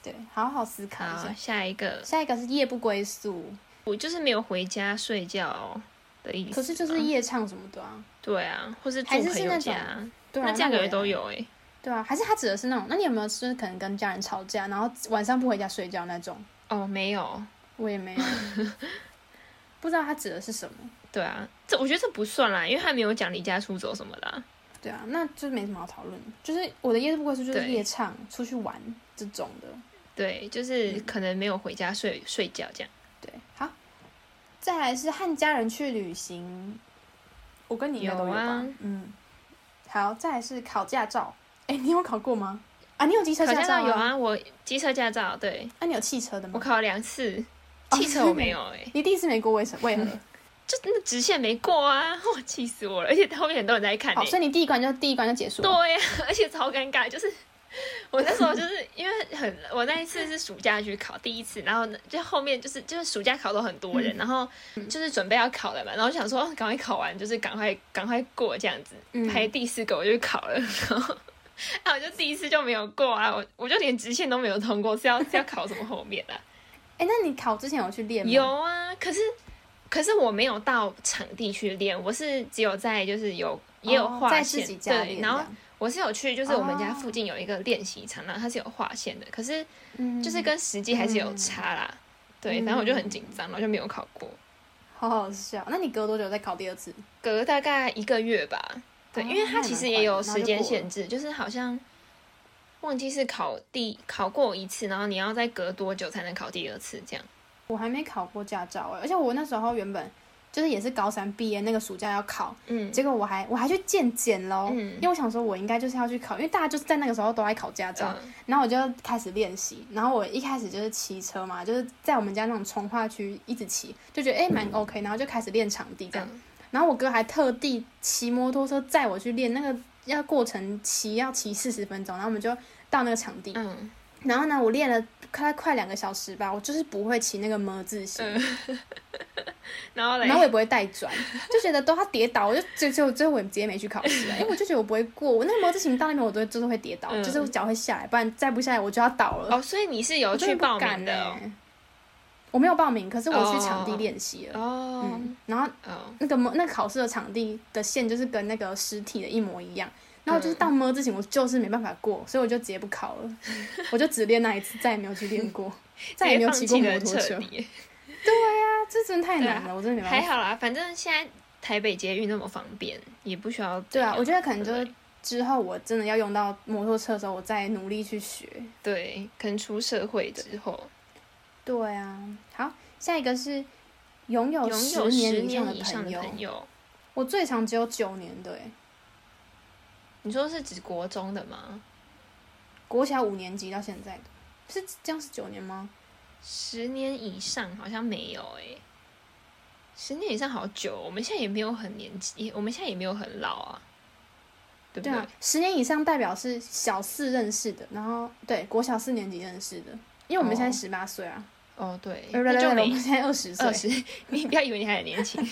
对，好好思考一好下，。下一个，下一个是夜不归宿，我就是没有回家睡觉、的意思。可是就是夜唱什么的啊，对啊，或是住还是是朋那友种家，对啊，价我格也都有哎、对啊，还是他指的是那种？那你有没有就是可能跟家人吵架，然后晚上不回家睡觉那种？ 哦，没有，我也没有。不知道他指的是什么。对啊，这我觉得这不算啦，因为他没有讲离家出走什么的啊、对啊，那就没什么好讨论的。就是我的夜不归宿就是对夜唱、出去玩这种的。对，就是可能没有回家睡睡觉这样。对，好，再来是和家人去旅行，我跟你应该都有吧？有啊嗯，好，再来是考驾照。哎，你有考过吗？啊，你有机车考驾照、照有？啊，我机车驾照，对啊，你有汽车的我吗？考了两次，哦汽车我没有哎、你第一次没过，为什 为何？就那直线没过啊， 我气死我了！而且后面很多人在看、好，欸，哦所以你第一关就第一关就结束了。对呀、啊 而且超尴尬，就是 我那时候就是因为很，我那一次是暑假去考第一次，然后呢就后面就是就是暑假考都很多嗯人，然后就是准备要考了嘛，然后想说哦赶快考完，就是赶快赶快过这样子，嗯排第四个我就考了， 然后。啊，我就第一次就没有过啊，我我就连直线都没有通过，是要是要考什么后 面啊？哎，那你考之前有去练吗？有。啊，可是可是我没有到场地去练，我是只有在就是有也有哦画线、在自己家对，练然后这样我是有去，就是我们家哦附近有一个练习场，然后它是有划线的，可是嗯，就是跟实际还是有差啦。对，然后我就很紧张，然后就没有考过，好好笑。那你隔多久再考第二次？隔大概一个月吧。对，哦因为它其实也有时间限那制，就是好像忘记是考第考过一次，然后你要再隔多久才能考第二次这样。我还没考过驾照哎，而且我那时候原本就是也是高三毕业那个暑假要考，嗯，结果我还我还去健检喽，嗯因为我想说我应该就是要去考，因为大家就是在那个时候都在考驾照，嗯然后我就开始练习，然后我一开始就是骑车嘛，就是在我们家那种从化区一直骑，就觉得哎蛮、OK，然后就开始练场地这样，嗯然后我哥还特地骑摩托车载我去练那个。要过程骑要骑四十分钟，然后我们就到那个场地，嗯，然后呢，我练了快快两个小时吧，我就是不会骑那个么字形，然后嘞然，后我也不会带 转，就觉得都他跌倒，我就就就最后我直接没去考试了，因为我就觉得我不会过，我那个模字形到那边我都会就是会跌倒，嗯就是我脚会下来，不然再不下来我就要倒了。哦，所以你是有我真去的报不敢欸名的呢哦。我没有报名，可是我去场哦地练习了。哦嗯，然后哦，那个模那个考试的场地的线就是跟那个实体的一模一样，然后就是到么字形我就是没办法过，所以我就直接不考 了，我就只练那一次，再也没有去练过，啊再也没有骑过直接摩放弃托得车。很彻啊，底。这真的太难对了，我真的没办还法。好啦，反正现在台北捷运那么方便，也不需要怎对样。啊，我觉得可能就对是之后我真的要用到摩托车的时候，我再努力去学。对，可能出社会之后，对啊，好，下一个是拥有拥有十年以上年的以上的朋友，我最长只有九年的欸，你说是指国中的吗？国小五年级到现在的，是这样是九年吗？十年以上好像没有诶、十年以上好久哦，我们现在也没有很年纪，我们现在也没有很老啊，对不对对？啊，十年以上代表是小四认识的，然后对国小四年级认识的，因为我们现在哦十八岁啊，哦，对，呃那就我没们现在二十岁二，十， 你不要以为你还很年 轻，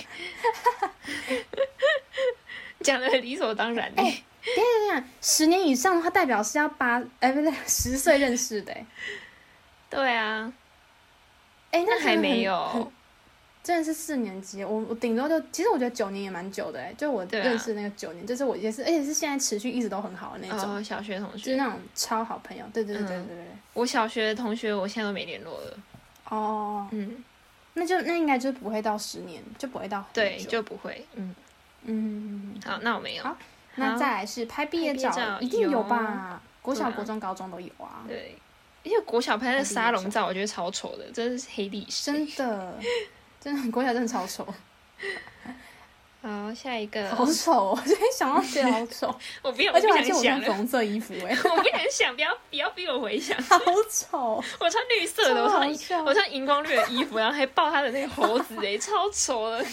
讲的理所当然、欸。对啊，十年以上的话代表是要八，哎不对，十岁认识的欸，对啊，哎那还真的很没很有，真的是四年级，我我顶多就，其实我觉得九年也蛮久的哎，就我对啊认识那个九年，就是我也是，而且是现在持续一直都很好的那种，哦，小学同就是学，那种超好朋友，对对对对嗯对对对，我小学的同学，我现在都没联络了。哦，嗯，那就那应该就不会到十年，就不会到很对，久就不会。嗯，嗯，好，那我没有好。那好再来是拍毕业照，拍毕业照一定有吧？国小、对啊国中、高中都有啊，对，因为国小拍的沙龙照，我觉得超丑的，真的是黑历史。真的，真的，国小真的 超丑，好，下一个，好丑、哦，现在想到觉得好丑， 我不要，而我且不我还记想想得我穿了，粉红色衣服、哎，我不想想，不要不要逼我回想。好 丑，我穿绿色的，超我好穿笑我。穿荧光绿的衣服，然后还抱他的那个猴子、欸，超丑的，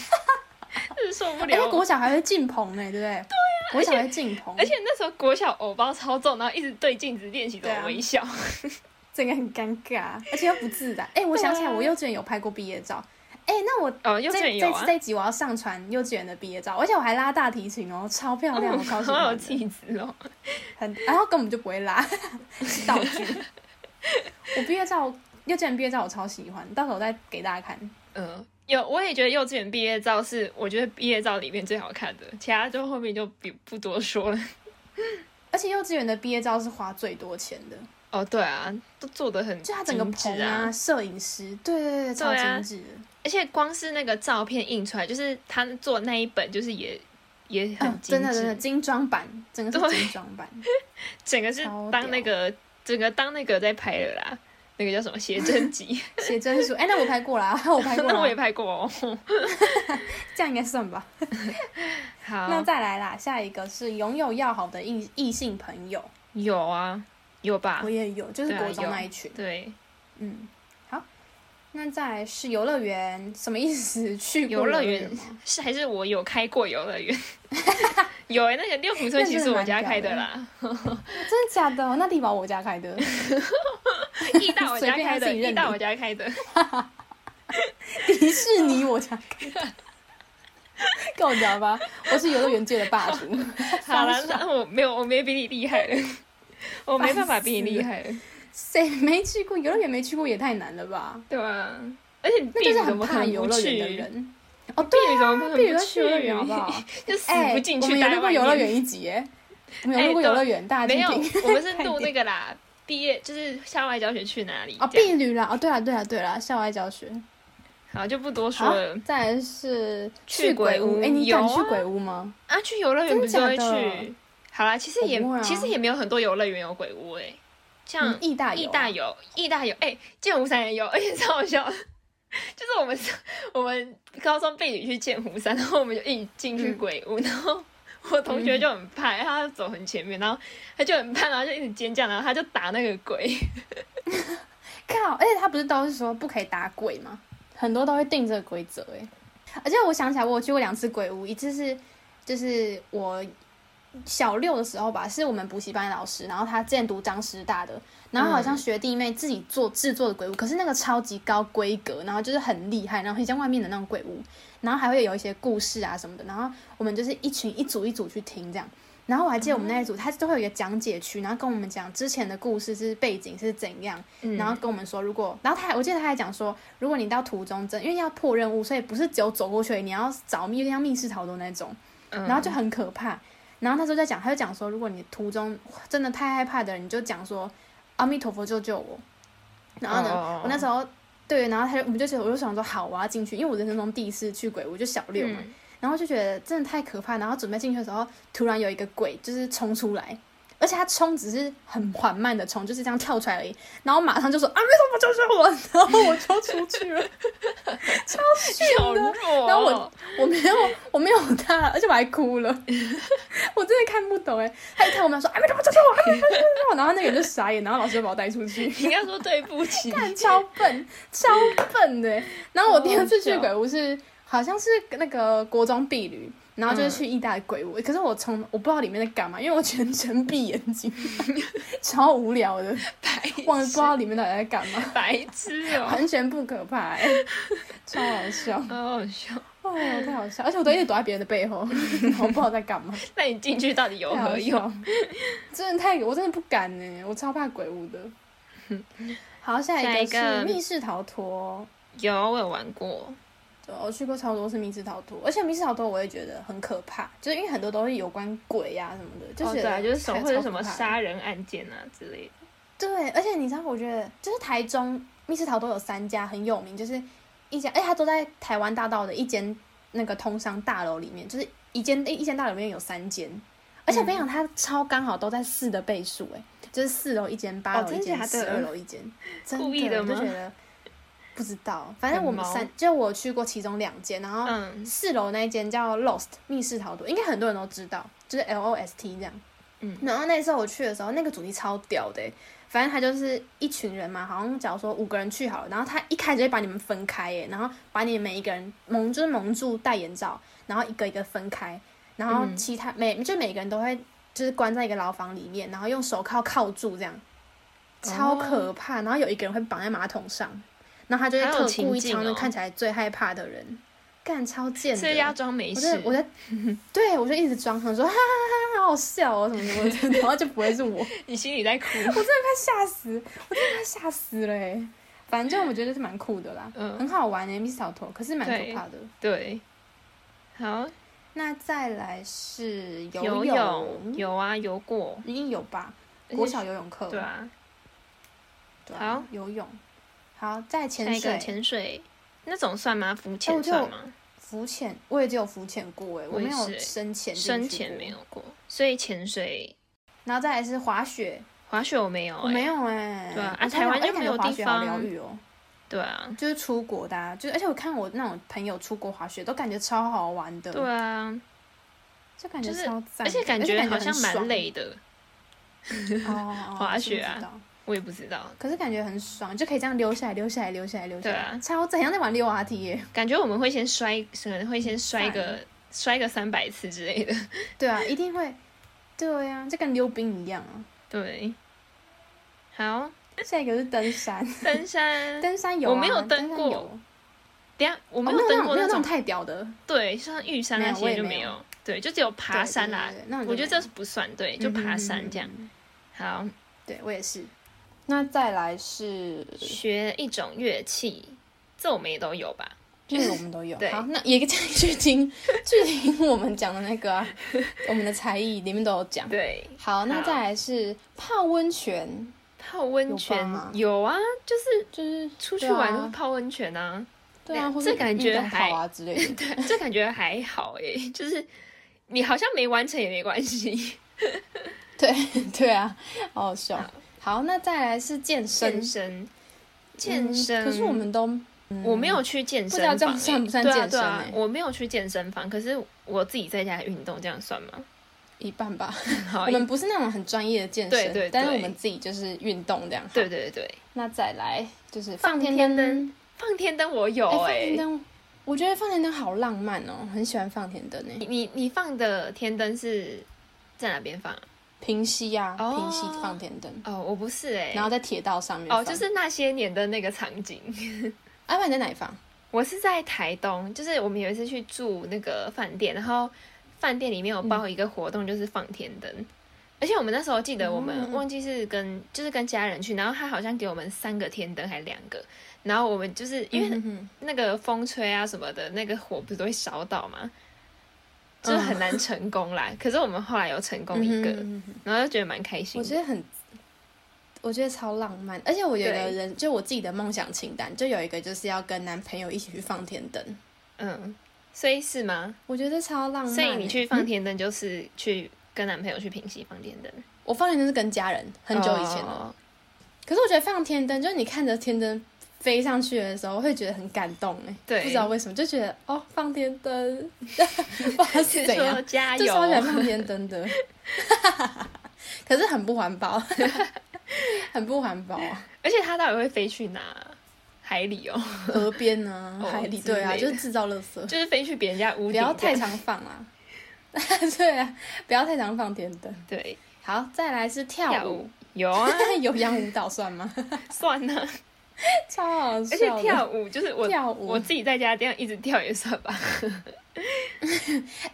真是受不而且了。哎国小还会进棚呢、哎对不对？对呀、国小还会进棚，啊而且那时候国小偶包超重，然后一直对镜子练习怎对啊么微笑。整个很尴尬，而且又不自然。哎、我想起来，对啊我幼稚园有拍过毕业照。哎、那我哦，幼这稚园这有次啊，这一集我要上传幼稚园的毕业照，而且我还拉大提琴哦，超 漂亮，我超喜好有欢的，气质哦。很然后根本就不会拉， 是 道具。我毕业照，幼稚园毕业照我超喜欢，到时候再给大家看。嗯，有，我也觉得幼稚园毕业照是我觉得毕业照里面最好看的，其他就后 面就不不多说了。而且幼稚园的毕业照是花最多钱的，哦，对啊，都做的很就精它整个致棚啊，摄影师，对对对，超对啊精致的。而且光是那个照片印出来，就是他做那一本，就是也也很嗯，精致，真的真的精装版，整个是对精装版，整个是超当那个整个当那个在拍了啦，那个叫什么写真 集， 写真书。哎、那我拍过啦， 我拍过那我也啦，拍过哦。这样应该算吧。那好，再来啦，下一个是拥有要好的异异性朋友，有啊，有吧我？也有，就是对啊国中有那一群。对，嗯，好。那再来是游乐园，什么意思？ 去过游乐乐园吗？是还是我有开过游乐园， 有哎、那个六福村那其真实的我蛮家屌开的的啦，真的假的？那地堡我家开的， 义大我随家便开他自的，己义认大领我家开的，迪士尼我家开的， 够屌吧？我是游乐园界的霸主。 好了，爽那我没有，我没比你厉害了，我没办法比你厉害了，谁没去过游乐园？没去过也太难了吧？对啊，而且你那避雨就是怎很么可怕能游不乐园的去？人。哦，对避雨怎么可啊，能避雨不要去游乐园好不 好？就死哎，不进我去，们待有在路过外游乐面园 一集，哎我们有路过哎对游乐园，大家没去有，听。我们是录那个啦，毕业就是校外教学去哪里哦，这样避旅啦！哦，对啦，对啦，对啦，校外教学。好就不多说好了，再来是去鬼屋哎，你敢有啊去鬼屋吗？啊，去游乐园真不的是都会假的去？好啦，其实我也不会啊其实也没有很多游乐园有鬼屋哎，像嗯，义大义有啊，大有，义大有，哎、剑湖山也 有，而且超好笑的，就是我们上我们高中被你去剑湖山，然后我们就一起进去嗯鬼屋，然后我同学就很怕，他就走很前面，然后他就很怕，然后就一直尖叫，然后他就打那个鬼，靠！而且他不是都是说不可以打鬼吗？很多都会定这个规则哎。而且我想起来，我有去过两次鬼屋，一次是就是我小六的时候吧，是我们补习班老师，然后他之前读张师大的，然后好像学弟妹自己做制作的鬼屋，可是那个超级高规格，然后就是很厉害，然后很像外面的那种鬼屋，然后还会有一些故事啊什么的，然后我们就是一群一组一组去听这样。然后我还记得我们那一组，他都会有一个讲解区，然后跟我们讲之前的故事是背景是怎样，嗯然后跟我们说，如果，然后他还，我记得他还讲说，如果你到途中真，因为要破任务，所以不是只有走过去而已，你要找密，有点像密室逃脱那种，嗯然后就很可怕。然后那时候在讲，他就讲说，如果你途中真的太害怕的人，你就讲说，阿弥陀佛救救我。然后呢，哦我那时候对，然后他就我们就觉得，我就想说，好，我要进去，因为我人生中第一次去鬼屋，就小六嘛，嗯然后就觉得真的太可怕，然后准备进去的时候，突然有一个鬼就是冲出来，而且他冲只是很缓慢的冲，就是这样跳出来而已，然后马上就说啊，为什么救救我？然后我就出去了， 超逊好的。弱、哦，然后我我没有我没有他，而且我还哭了，我真的看不懂哎。他一看我们说啊，为什么救救我？啊为什么救救我？然后那个人就傻眼，然后老师就把我带出去。应该说对不起，看 超笨，超笨的欸。然后我第二次去鬼屋是好像是那个国中避旅，嗯然后就是去意大利鬼屋，可是我从我不知道里面在干嘛，因为我全程闭眼睛， 超无聊 的，白忘了不痴知道里面到底在干嘛，白痴哦、完全不可怕、欸，超好 笑，好好笑。哦，太好笑，而且我都一直躲在别人的 背后，然后不知道在干嘛，那你进去到底有太何好用？笑，真的太，我真的不敢呢、我超怕鬼屋的。好，下下一一个个是密室逃脱。有，我有玩过。对，我去过超多次密室逃脱，而且密室逃脱我也觉得很可怕，就是因为很多都是有关鬼呀、什么的，就哦，是、对啊，就是什么或者什么杀。杀人案件啊之类的。对，而且你知道，我觉得就是台中密室逃脱有三家很有名，就是一家，哎，它都在台湾大道的一间那个通商大楼里面，就是一间一一间大楼里面有三间，而且我嗯跟你讲，它超刚好都在四的倍数，哎，就是四楼一间，八哦楼真一间，假十的二楼一间，真故意的我就吗觉得不知道，反正很我们毛三，就我去过其中两间，然后。嗯四楼那一间叫 Lost 密室逃脱，应该很多人都知道，就是 L O S T 这样。嗯，然后那时候我去的时候，那个主题超屌的欸、反正他就是一群人嘛，好像假如说五个人去好了，然后他一开始就会把你们分开、欸，然后把你每一个人蒙就是蒙住戴眼罩，然后一个一个分开，然后嗯其他、每就每个人都会就是关在一个牢房里面，然后用手铐铐住这样，超可怕。然后有一个人会绑在马桶上，然后他就会还有特情故意境挑那哦看起来最害怕的人，干超贱的。所以要装没我事在。我在，对我就一直装，想说哈哈哈哈好好笑哦什么什么的， 然后就不会是我，快你心里在 哭。吓死，我真的快吓死了欸反正我觉得是蛮酷的啦，嗯很好玩诶、m 欸 i s s 逃脱，可是蛮对可怕的。对，好，那再来是游游泳，有啊，游过。你有吧？而且国小游泳课，对啊，对啊好，游泳，好，再下潜一个水、哦潜水那种算吗？浮我潜就算吗？浮潜，我也只有浮潜过哎，我我也没有是欸深潜，深潜没。有过，所以潜水、然后再来是滑雪，滑雪我没有、我欸，没有哎，对啊我啊超台湾想就哎没有感觉滑地雪好疗方愈哦，对啊，就是出国的，啊，就是而且我看我那种朋友出国滑雪都感觉超好玩的，对啊，就感觉就是超赞的，而且感觉觉好像蛮累累的，哦，滑我雪知啊道我也不知道，可是感觉很爽，就可以这样溜下来、溜下来、溜下来、溜下来，对啊超赞，像在玩溜滑梯耶。感觉我们会先摔，可能会先摔很个摔个三百次之类的，对啊，一定会，对啊，就跟溜冰一样啊。对。好，下一个是登山，登 山，登山有、啊，呃我没有登登山过有等一下我我没有登过哦没有那那种种，太屌的，对，像玉山没那有我也些就没没有有，对，就只有爬对山啦对。对对那种就我觉得这没有是不算对，哎就爬山这样。嗯嗯嗯嗯好，对我也是。那再来是，学一种乐器，这我们也都有吧？这个我们都有。对好，那也讲去 听，去听我们讲的那个啊、我们的才艺里面都有讲。对，好，那好再来是泡温泉，泡温有泉吧有啊，就是就是出去对啊玩就是泡温泉 啊，对啊，对或这是感运觉动泡还啊之类的。这感觉还好诶、就是你好像没完成也没关系。对啊，好好笑。好，那再来是健身健，身，嗯健身，可是我们都我没有去健嗯不身知房、道这样算不算对啊健身对啊欸，我没有去健身房，可是我自己在家运动，这样算吗？一半吧。 好我，们不是那种很专业的健对身，对但是我对们自己就是运动这样。对好，对对，那再来就是放天天灯，放天灯我有哎，放哎、天灯，我觉得放天灯好浪漫哦，很喜欢放天灯欸你诶。你你放的天灯是在哪边放啊？平息啊，哦平息放天灯，哦，我不是哎、然后在铁道上面哦，放。就是啊那些年的那个场景。阿凡在哪里放？我是在台东，就是我们有一次去住那个饭店，然后饭店里面有嗯包一个活动，就是放天灯。而且我们那时候记得，我嗯们忘记是跟、就是跟家人去，然后他好像给我们三个天灯还两个，然后我们就是因为嗯哼那个风吹啊什么的，那个火不是都会烧到嘛，就是很难成功啦。可是我们后来有成功一个，嗯嗯哼嗯哼然后就觉得蛮开心我的。觉得很，我觉得超浪漫，而且我有个对人，就我自己的梦想清单，就有一个就是要跟男朋友一起去放天灯，嗯，所以是吗？我觉得超浪漫欸。所以你去放嗯天灯就是去跟男朋友去平息放天灯，我放天灯是跟家人，很久以前了。哦可是我觉得放天灯，就是你看着天灯飞上去的时候，会觉得很感动哎、对不知道为什么就觉得哦，放天 灯， 哇是塞、说啊，加就油，超喜欢放天灯的， 可是很不环保， 很不环保、啊。而且它到底会飞去哪？海里 哦，河边啊，哦海里，之对啊，类就是的制造垃圾，就是飞去别人家屋顶不这样，要太常放啦。 对啊，不要太常放天灯。对好，再来是跳跳舞舞，有啊， 有氧舞蹈算吗？ 算啊，超好笑而的，且跳舞就是我跳舞我自己在家这样一直跳也算吧，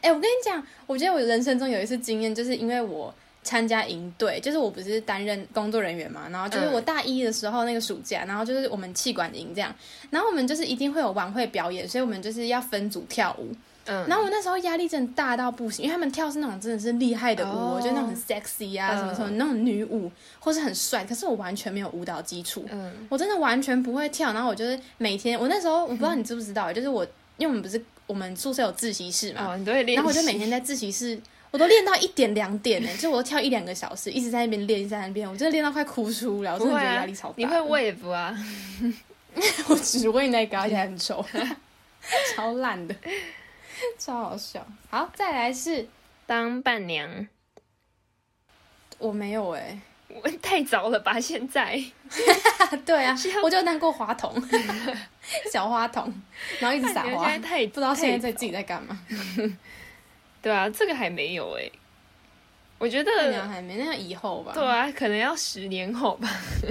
哎、我跟你讲，我觉得我人生中有一次经验，就是因为我参加营队，就是我不是担任工作人员嘛，然后就是嗯我大一的时候那个暑假，然后就是我们气管营这样，然后我们就是一定会有晚会表演，所以我们就是要分组跳舞。嗯，然后我那时候压力真的大到不行，因为他们跳是那种真的是厉害的舞哦，哦就那种很 sexy 啊，嗯什么什么那种女舞，或是很帅，可是我完全没有舞蹈基础，嗯我真的完全不会跳。然后我就是每天，我那时候我不知道嗯你知不知道，就是我因为我们不是我们宿舍有自习室嘛，哦，你都会练习，然后我就每天在自习室，我都练到一点两点呢、就我都跳一两个小时，一直在那边练，一直在那边，我真的练到快哭出来，我真不的会觉得啊压力超大，的。你会 wave 啊，我只会那个，而且还很 丑，超烂的，超好笑。好，再来是当伴娘，我没有哎、我太早了吧？现在 对啊是要，我就当过花童， 小花童，然后一直撒伴娘花现在，太不知道现在在太自己在干嘛。对啊，这个还没有哎、我觉得伴娘还没，那要以后吧。对啊，可能要十年后吧。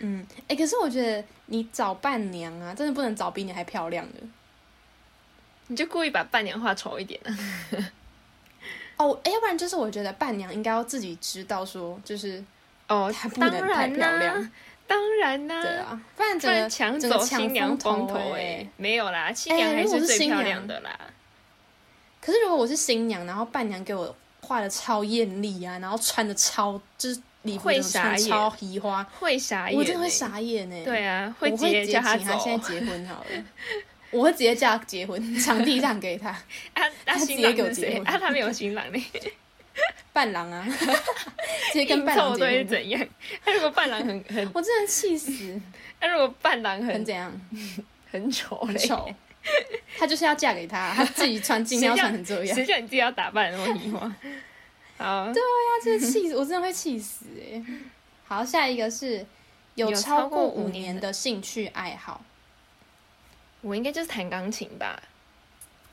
嗯，哎、可是我觉得你找伴娘啊，真的不能找比你还漂亮的。你就故意把伴娘画丑一点啊。哦，哎要不然就是我觉得伴娘应该要自己知道说，就是哦她，不当能太然漂啦、亮，当然啦、对啊，不然不整然个抢整个走抢新娘风风头头哎、哎、没有啦，新娘哎还如果是最新漂娘亮的啦。可是如果我是新娘，然后伴娘给我画的超艳丽啊，然后穿的超就是礼服会怎么傻穿眼超移花，会傻眼、欸我真的会，傻眼呢、，对啊，我会会直接叫请走。现在结婚好了，我会直接叫他结婚，场地让给他，啊啊，他直新接郎给我是结谁？婚啊，他没有新郎呢， 伴郎啊， 直接 跟硬伴凑郎对是结婚，怎样？他如果伴郎很很，我真的气死，他如果伴郎很 很怎样，很丑很嘞， 丑。他就是要嫁给他，他自己穿尽量谁叫穿成这样，谁叫你自己要打扮那么移花？ 好，对，啊他真的气死，我真的会气死哎、好，下一个是有有超超过过五五年年的的兴趣爱好，我应该就是弹钢琴吧，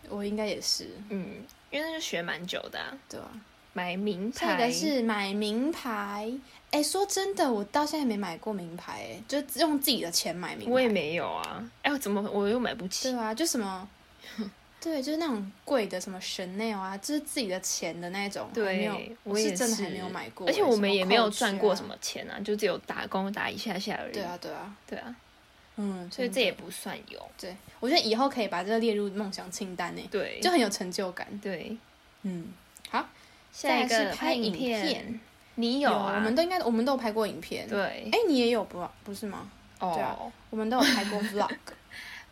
我应该也是，嗯，因为那就学蛮久的啊、对啊。买名下一牌个是买名牌，哎、说真的，我到现在没买过名牌、哎，就用自己的钱买名牌。我也没有啊，哎，我怎么我又买不起对？啊，就什么， 对，就是那种贵的什么 Chanel 啊，就是自己的钱的那种，还没有对，我也是真的还没有买过、而且哎我们也没有 Coach 赚过啊什么钱啊，就只有打工打一下下而已。对啊，对啊，对啊，嗯，所以真这也的不算有。对，我觉得以后可以把这个列入梦想清单呢、哎对，就很有成就感。对。嗯，好，下一再来个是拍影影片，你有啊？我们都应该，我们都有拍过影片。，对哎，你也有不不是吗？对啊哦我们都有拍过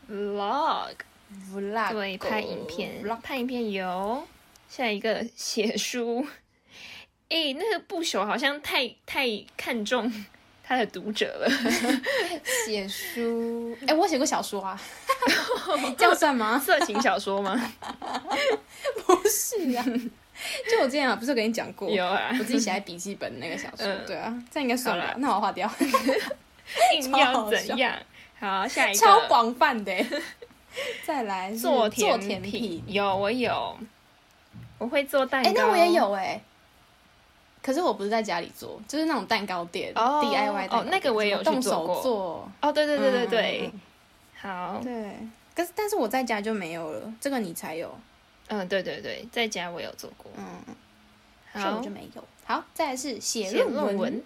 ，vlog vlog，vlog 对，拍影片 vlog，拍影片有。下一个写书， 哎，那个不朽好像太太看重他的读者了。写书。哎，我写过小 说啊，这样算吗？色情小说吗？不是啊，就我之前啊，不是有跟你讲过，有啊我，自己写在笔记本那个小说。嗯对啊，这样应该算好吧啦？那我划掉，硬超要好笑怎样？好，下一个超广泛的 欸。再来是做甜甜品，有我有，我会做蛋糕。哎、那我也有哎、可是我不是在家里做，就是那种蛋糕店、哦 DIY 蛋糕哦那个我也有店去动做过手做，哦，对对对对嗯对，嗯好，对。可是但是我在家就没有了，这个你才有，嗯，对对对，在家我有做过。嗯，这我好就，没有。好，再来是写写文，论文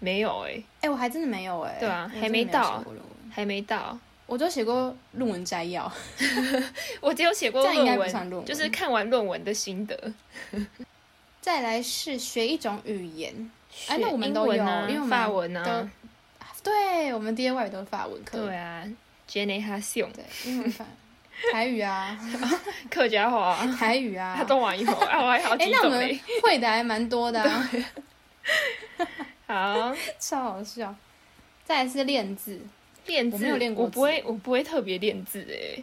没有哎，哎、我还真的没有哎、对啊我真的还没没有写到过论文还没到，我就写过论文摘要，我只有写过这样应该论不算论文，文就是看完论文的心得。再来是学一种语言，哎学那我们英都文有啊因为我们法文都啊，对我们 DIY 也都是法文课，对啊 g e n e r a t i o n 对，英文法、台语啊、客家话 啊，台语啊，他都玩一会儿，啊，我还好哎、几那我种们嘞。会的还蛮多的、啊，好，超好笑。再来是练字，练我字没有练过我不会，我不会特别练字哎。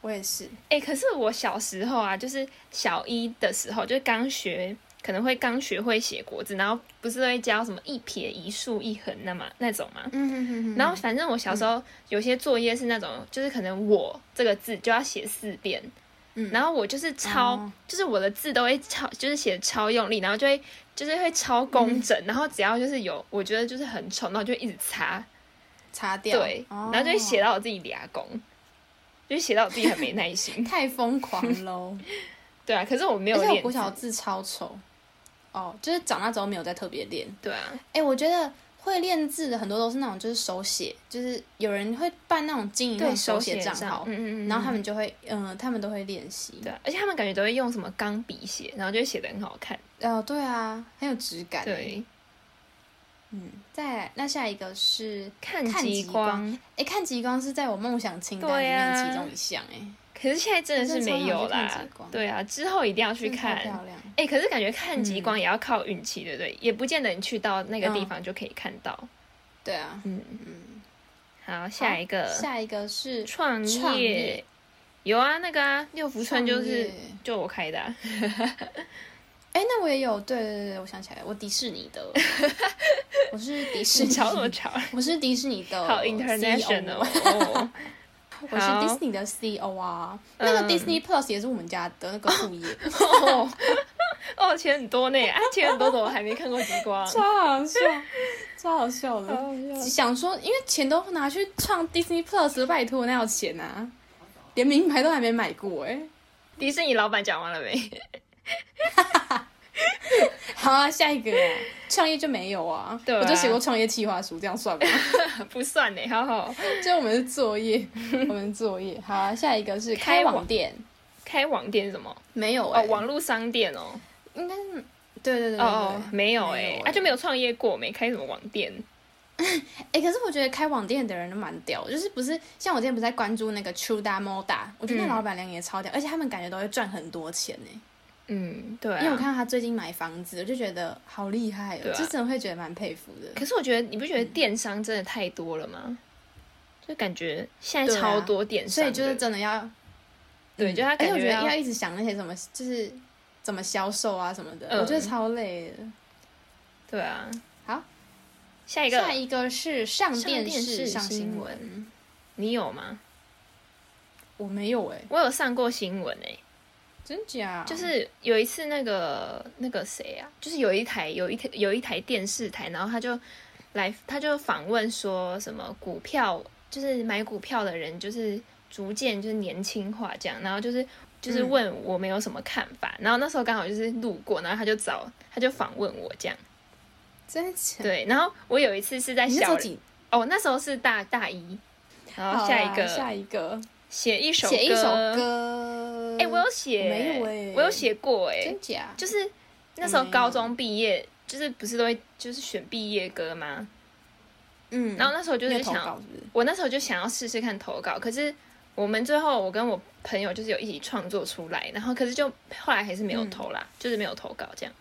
我也是，哎、可是我小时候啊，就是小一的时候，就是刚学，可能会刚学会写国字，然后不是会教什么一撇、一竖、一横那嘛那种嘛。嗯哼哼哼然后反正我小时候有些作业是那种，就是可能我这个字就要写四遍，嗯然后我就是超，哦就是我的字都会超，就是写超用力，然后就会就是会超工整，嗯然后只要就是有我觉得就是很丑，然后就一直擦，擦掉，对，哦然后就会写到我自己俩工，就写到我自己很没耐心。 太疯狂喽。对啊，可是我没而有且我练国字。小字超丑，哦，就是长大之后没有再特别练。对啊，哎、我觉得会练字的很多都是那种就是手写，就是有人会办那种经营那对啊种手写账号，嗯嗯嗯，然后他们们就会，嗯、他们都会练习。对啊，而且他们感觉都会用什么钢笔写，然后就会写的很好看。呃，对啊，很有质感。，对，嗯，再来，那下一个是看看极极光。哎、看极光是在我梦想清单里对啊面其中一项、诶可是现在真的是没有我真的超想啦去看极光。对啊，之后一定要哎，去真的太看。漂亮。哎、可是感觉看嗯极光也要靠运气，对不对？也不见得你去到那个地方就可以看到。对啊，嗯，嗯，好，下一个下一个是创创业有啊，那个啊，六福村就是创业就我开的、 啊，哎、那我也有，对对对对，我想起来了，我迪士尼 的，我是迪士你尼，吵什么吵？我是迪士尼的，E 好 international，哦啊我是好 Disney 的 CEO 啊，那个嗯 Disney Plus 也是我们家的那个副业，哦，哦，钱很多呢，啊，钱很多的我还没看过极光， 超好笑，超好笑 的。好笑呃想说，因为钱都拿去创 Disney Plus，了拜托，哪有钱啊？连名牌都还没买过哎、迪士尼老板讲完了没？ 好啊，下一个啊创业就没有啊，对啊我就写过创业计划书，这样算吗？ 不算呢，好好就我们是作业，我们作业。好啊，下一个是开开网网店，开网店是什么？没有哎、哦，网络商店哦，应该是对对对对对。哦哦，没有哎、没有欸啊就没有创业过，没开什么网店。哎、可是我觉得开网店的人都蛮屌的，就是不是像我之前不是在关注那个 Chuda Moda，我觉得那嗯老板娘也超屌，而且他们感觉都会赚很多钱呢、嗯，对、啊。因为我看到他最近买房子，我就觉得好厉害哦、对啊就真的会觉得蛮佩服的。可是我觉得，你不觉得电商真的太多了吗？就感觉现在超多电商啊所的、以就是真的要，嗯对，就他而且感我觉得要要一直想那些什么，就是怎么销售啊什么的，嗯我觉得超累的。对啊。好，下一个下一个是上上电电视视上新新闻闻，你有吗？我没有哎、我有上过新闻欸诶、真假？就是有一次那个那个谁啊，就是有一台有一台有一台电视台，然后他就来他就访问说什么股票，就是买股票的人就是逐渐就是年轻化这样，然后就是就是嗯问我们有什么看法，然后那时候刚好就是路过，然后他就找他就访问我这样，真假？对，然后我有一次是在你那时候小几？哦那时候是大大一，然后好下啦一下个一个，写一首写一首歌。哎、我有写，没有欸我有写过哎、真假？就是那哎时候高中毕业，就是不是都会就是选毕业歌吗？嗯，然后那时候就你是有投想，稿是不是？我那时候就想要试试看投稿，可是我们最后我跟我朋友就是有一起创作出来，然后可是就后来还是没有嗯投啦，就是没有投稿这样，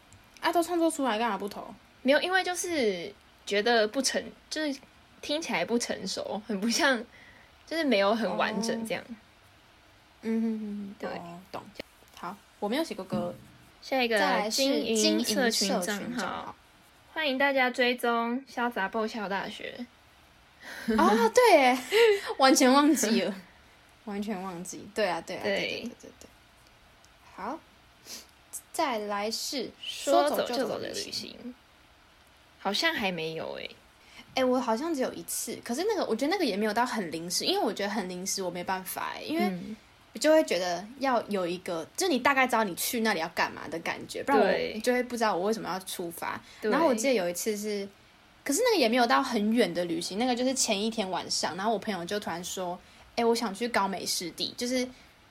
啊，都创作出来干嘛不投？没有，因为就是觉得不成，就是听起来不成熟，很不像，就是没有很完哦整这样。嗯哼哼哼，对哦，懂。好，我没有写过歌，下一再个来是经营经营社社群账账号，。欢迎大家追踪潇洒爆笑大学。啊，对耶，完全忘记了，完全忘记。对啊，对啊，对对对对对对。好，再来是说走走就走走的旅旅。行，好像还没有欸诶、哎，我好像只有一次，可是那个我觉得那个也没有到很临时，因为我觉得很临时我没办法哎，因为嗯、我就会觉得要有一个，就你大概知道你去那里要干嘛的感觉，不然对我就会不知道我为什么要出发。对然后我记得有一次是，可是那个也没有到很远的旅行，那个就是前一天晚上，然后我朋友就突然说：“哎、我想去高美湿地。”就是，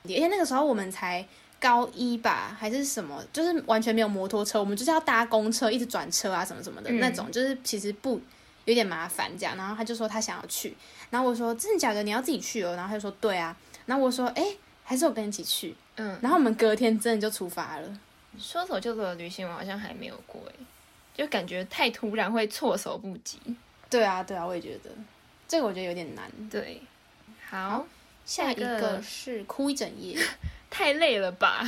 而且那个时候我们才高一吧，还是什么，就是完全没有摩托车，我们就是要搭公车，一直转车啊什么什么的、嗯那种，就是其实不有点麻烦这样。然后他就说他想要去，然后我说：“真的假的？你要自己去哦？”然后他就说：“对啊。”然后我说：“哎、还是我跟你一起去。”嗯，然后我们隔天真的就出发了。说走就走的旅行我好像还没有过诶、就感觉太突然会措手不及。对啊，对啊，我也觉得这个我觉得有点难。对，好，嗯好下一下一个个是哭一整 夜，太累了吧？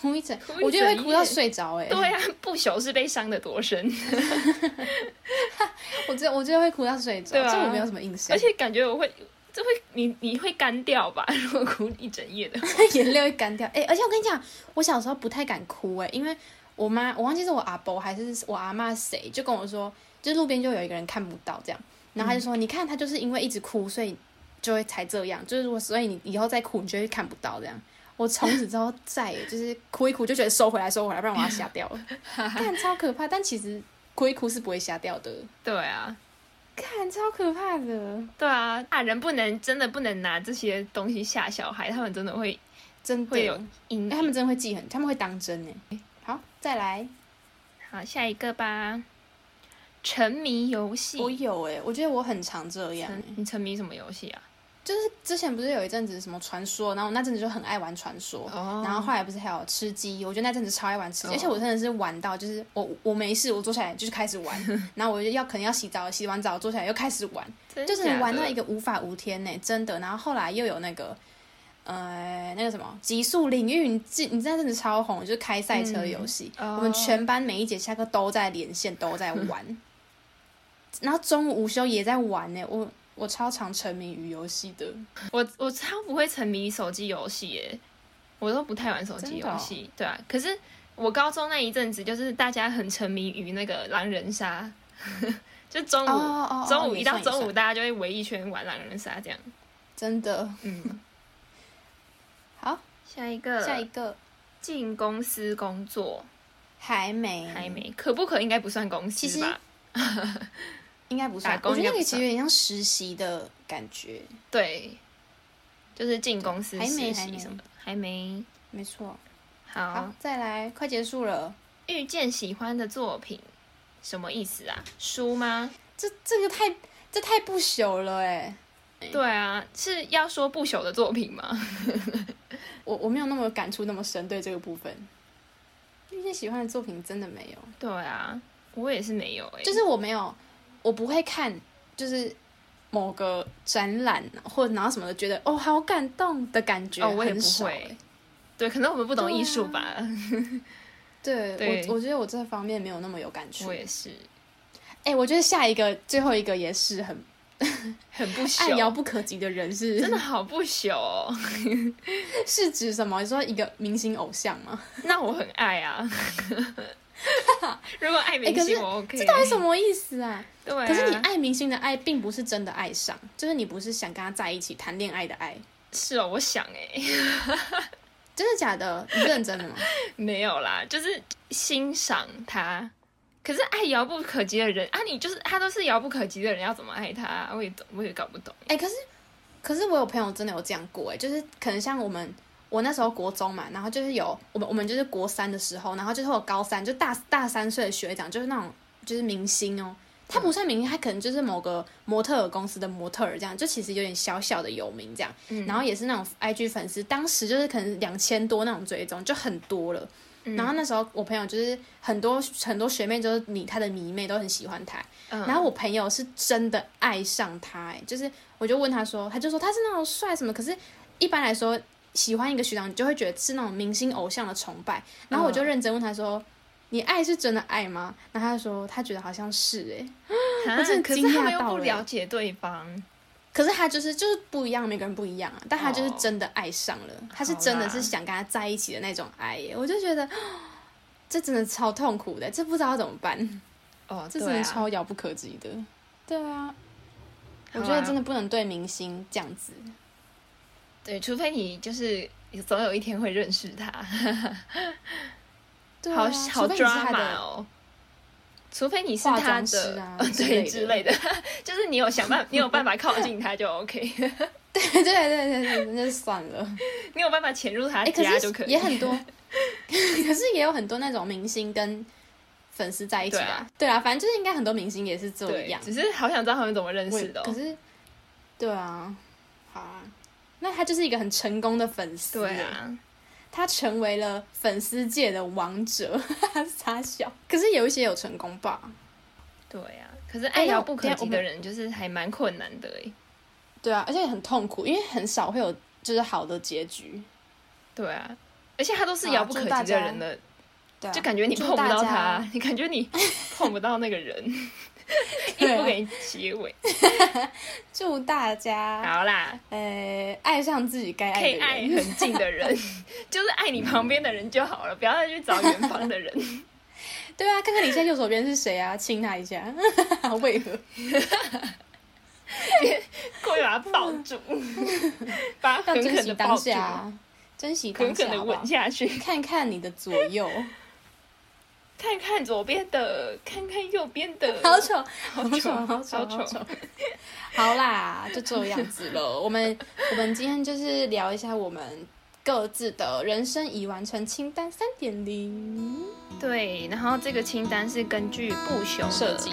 哭一整哭一整，夜我觉得会哭到睡着哎、 对啊，不朽是被伤的多深，我觉得我觉得会哭到睡着，对啊这我没有什么印象，而且感觉我会。这会你你会干掉吧？ 如果哭一整夜的话， 眼泪会干掉。哎、而且我跟你讲，我小时候不太敢哭哎、因为我妈，我忘记是我阿伯还是我阿妈谁，就跟我说，就是路边就有一个人看不到这样，然嗯后他就说，你看他就是因为一直哭，所以就会才这样，就是我，所以你以后再哭，你就会看不到这样。我从此之后再也就是哭一哭就觉得收回来收回来，不然我要瞎 掉了，看超可怕。但其实哭一哭是不会瞎掉的，对啊，看超可怕的，对啊，大人不能真的不能拿这些东西吓小孩，他们真的会真的会有阴因为他们真的会记很，他们会当真呢。好，再来，好，下一个吧。沉迷游戏，我有哎、我觉得我很常这样、沉欸，你沉迷什么游戏啊？就是之前不是有一阵子什么传说，然后我那阵子就很爱玩传说。哦然后后来不是还有吃鸡，我觉得那阵子超爱玩吃哦鸡而且我真的是玩到就是我我没事，我坐下来就是开始玩， 然后我就要可能要洗澡，洗完澡坐下来又开始玩，真就是假玩到的一个无法无天呢、真的。然后后来又有那个呃那个什么极速领域，你记你知道那阵子超红，就是开赛车游戏，哦我们全班每一节下课都在连线，都在玩，然后中午午休也在玩呢、我我超常沉迷于游戏的，我我超不会沉迷手机游戏耶，我都不太玩手机真的哦游戏，对啊。可是我高中那一阵子，就是大家很沉迷于那个狼人杀， 就中午、哦中午一到中，也算也午，算大家就会围一圈玩狼人杀这样。真的嗯，好。 下一个，下一个进公司工作还没，还，没，可不可应该不算公嗯其司实吧？应该不打算。工我觉得应该那个不其实有点像实习的感觉，对，就是进公司还没实还习没什么的，还没。没错。好好，，再来，快结束了。遇见喜欢的作品，什么意思啊？书吗？这这个太这太不朽了哎！对啊，是要说不朽的作品吗？ 我我没有那么感触那么深对这个部分，遇见喜欢的作品真的没有。对啊，我也是没有哎、就是我没有，我不会看，就是某个展览或然后什么的，觉得哦好感动的感觉，哦，我也不很少会欸。。对，可能我们不懂对艺啊术吧。对对我，我觉得我这方面没有那么有感触。我哎、也 是，我觉得下一个最后一个也是很很不爱遥朽，不可及的人是， 真的好不朽、哦。 是指什么？你说一个明星偶像吗？那我很爱 啊。如果爱明哎可是星，我 OK。这到底什么意思啊？对啊，可是你爱明星的爱，并不是真的爱上，就是你不是想跟他在一起谈恋爱的爱，是哦，我想哎、真的假的？你认真的吗？没有啦，就是欣赏他。可是爱遥不可及的人啊，你就是他都是遥不可及的人，要怎么爱他啊？我也懂，我也搞不懂。 哎、可是可是我有朋友真的有这样过、哎，就是可能像我们。我那时候国中嘛，然后就是有我们我们就是国三的时候，然后就是我高三就大大三岁的学长，就是那种就是明星哦，他不算明星，他可能就是某个模特儿公司的模特儿这样，就其实有点小小的有名这样，嗯然后也是那种 IG 粉丝，当时就是可能两千多那种追踪，就很多了。嗯然后那时候我朋友就是很多很多学妹，就是你她的迷妹都很喜欢她。嗯然后我朋友是真的爱上他、欸，就是我就问他说，他就说他是那种帅什么，可是一般来说喜欢一个学长，你就会觉得是那种明星偶像的崇拜。然后嗯我就认真问他说。你爱是真的爱吗？然后他就说他觉得好像是哎、欸啊我真的可是惊他们讶又到不了了解对方，可是他就是就是不一样，每个人不一样啊。但他就是哦真的爱上了，他是好真的啦是想跟他在一起的那种爱耶、我就觉得 这真的超痛苦的，这不知道怎么办，哦，这真对的啊超遥不可及的。对啊，我觉好啊得真的不能对明星这样子。对，除非你就是总有一天会认识他，对啊，好好除非你是抓他马的哦。除非你是化他妆师的，呃啊对之之类类的， 就是你有想办，你有办法靠近他就 OK， 对对对对对，那就算了。 你有办法潜入他哎、可家就可是以。也很 多，可是也有很多那种明星跟粉丝在一起对啊啊。对啊，反正就是应该很多明星也是这对样，。只是好想知道他们怎么认我识的、可哦。是，对啊，好啊，那他就是一个很成功的粉丝，欸对，啊，他成为了粉丝界的王者， 傻笑。可是有一些有成功吧？对啊。可是爱哎那遥我不等可一下及我的们人，就是还蛮困难的欸诶。对啊，而且很痛苦，因为很少会有就是好的结局。对啊，而且他都是好啊遥不祝可大及的家人了，对啊，就感觉你祝碰不大到家他，你感觉 你碰不到那个人，对硬不啊给你结尾。祝大家，好啦，呃，爱上自己该可 爱以的爱人。很近的 人，就是爱你旁边的人就好了，不要再去找远方 的人。对啊，看看你现在右手边是谁啊， 亲他一下。为何？过去把他抱住，把他 要狠珍狠惜的抱当住，下啊，珍惜狠当狠下的好不好吻下去，看看你的左 右。看看左边的，看看右边的，好丑，好丑好丑，好丑好丑。 好啦，就这样 子了。我们我们今天就是聊一下我们各自的人生已完成清单三点零对，然后这个清单是根据不朽的设计，，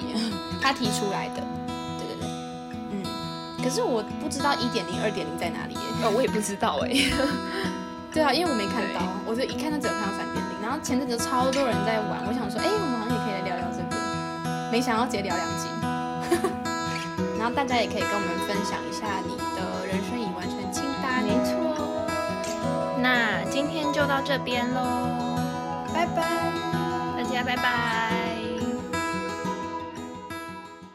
他提出来的。嗯对对对，嗯。可是我不知道一点零、二点零在哪里耶。哦，我也不知道哎、对啊，因为我没看到，我就一看到只有看到三点零。然后前阵子超多人在玩，我想说，哎、我们好像也可以来聊聊这个，没想到直接聊两集。 然后大家也可以跟我们分享一下你的人生已完成清单。没错。哦那今天就到这边喽，拜拜。大家拜拜。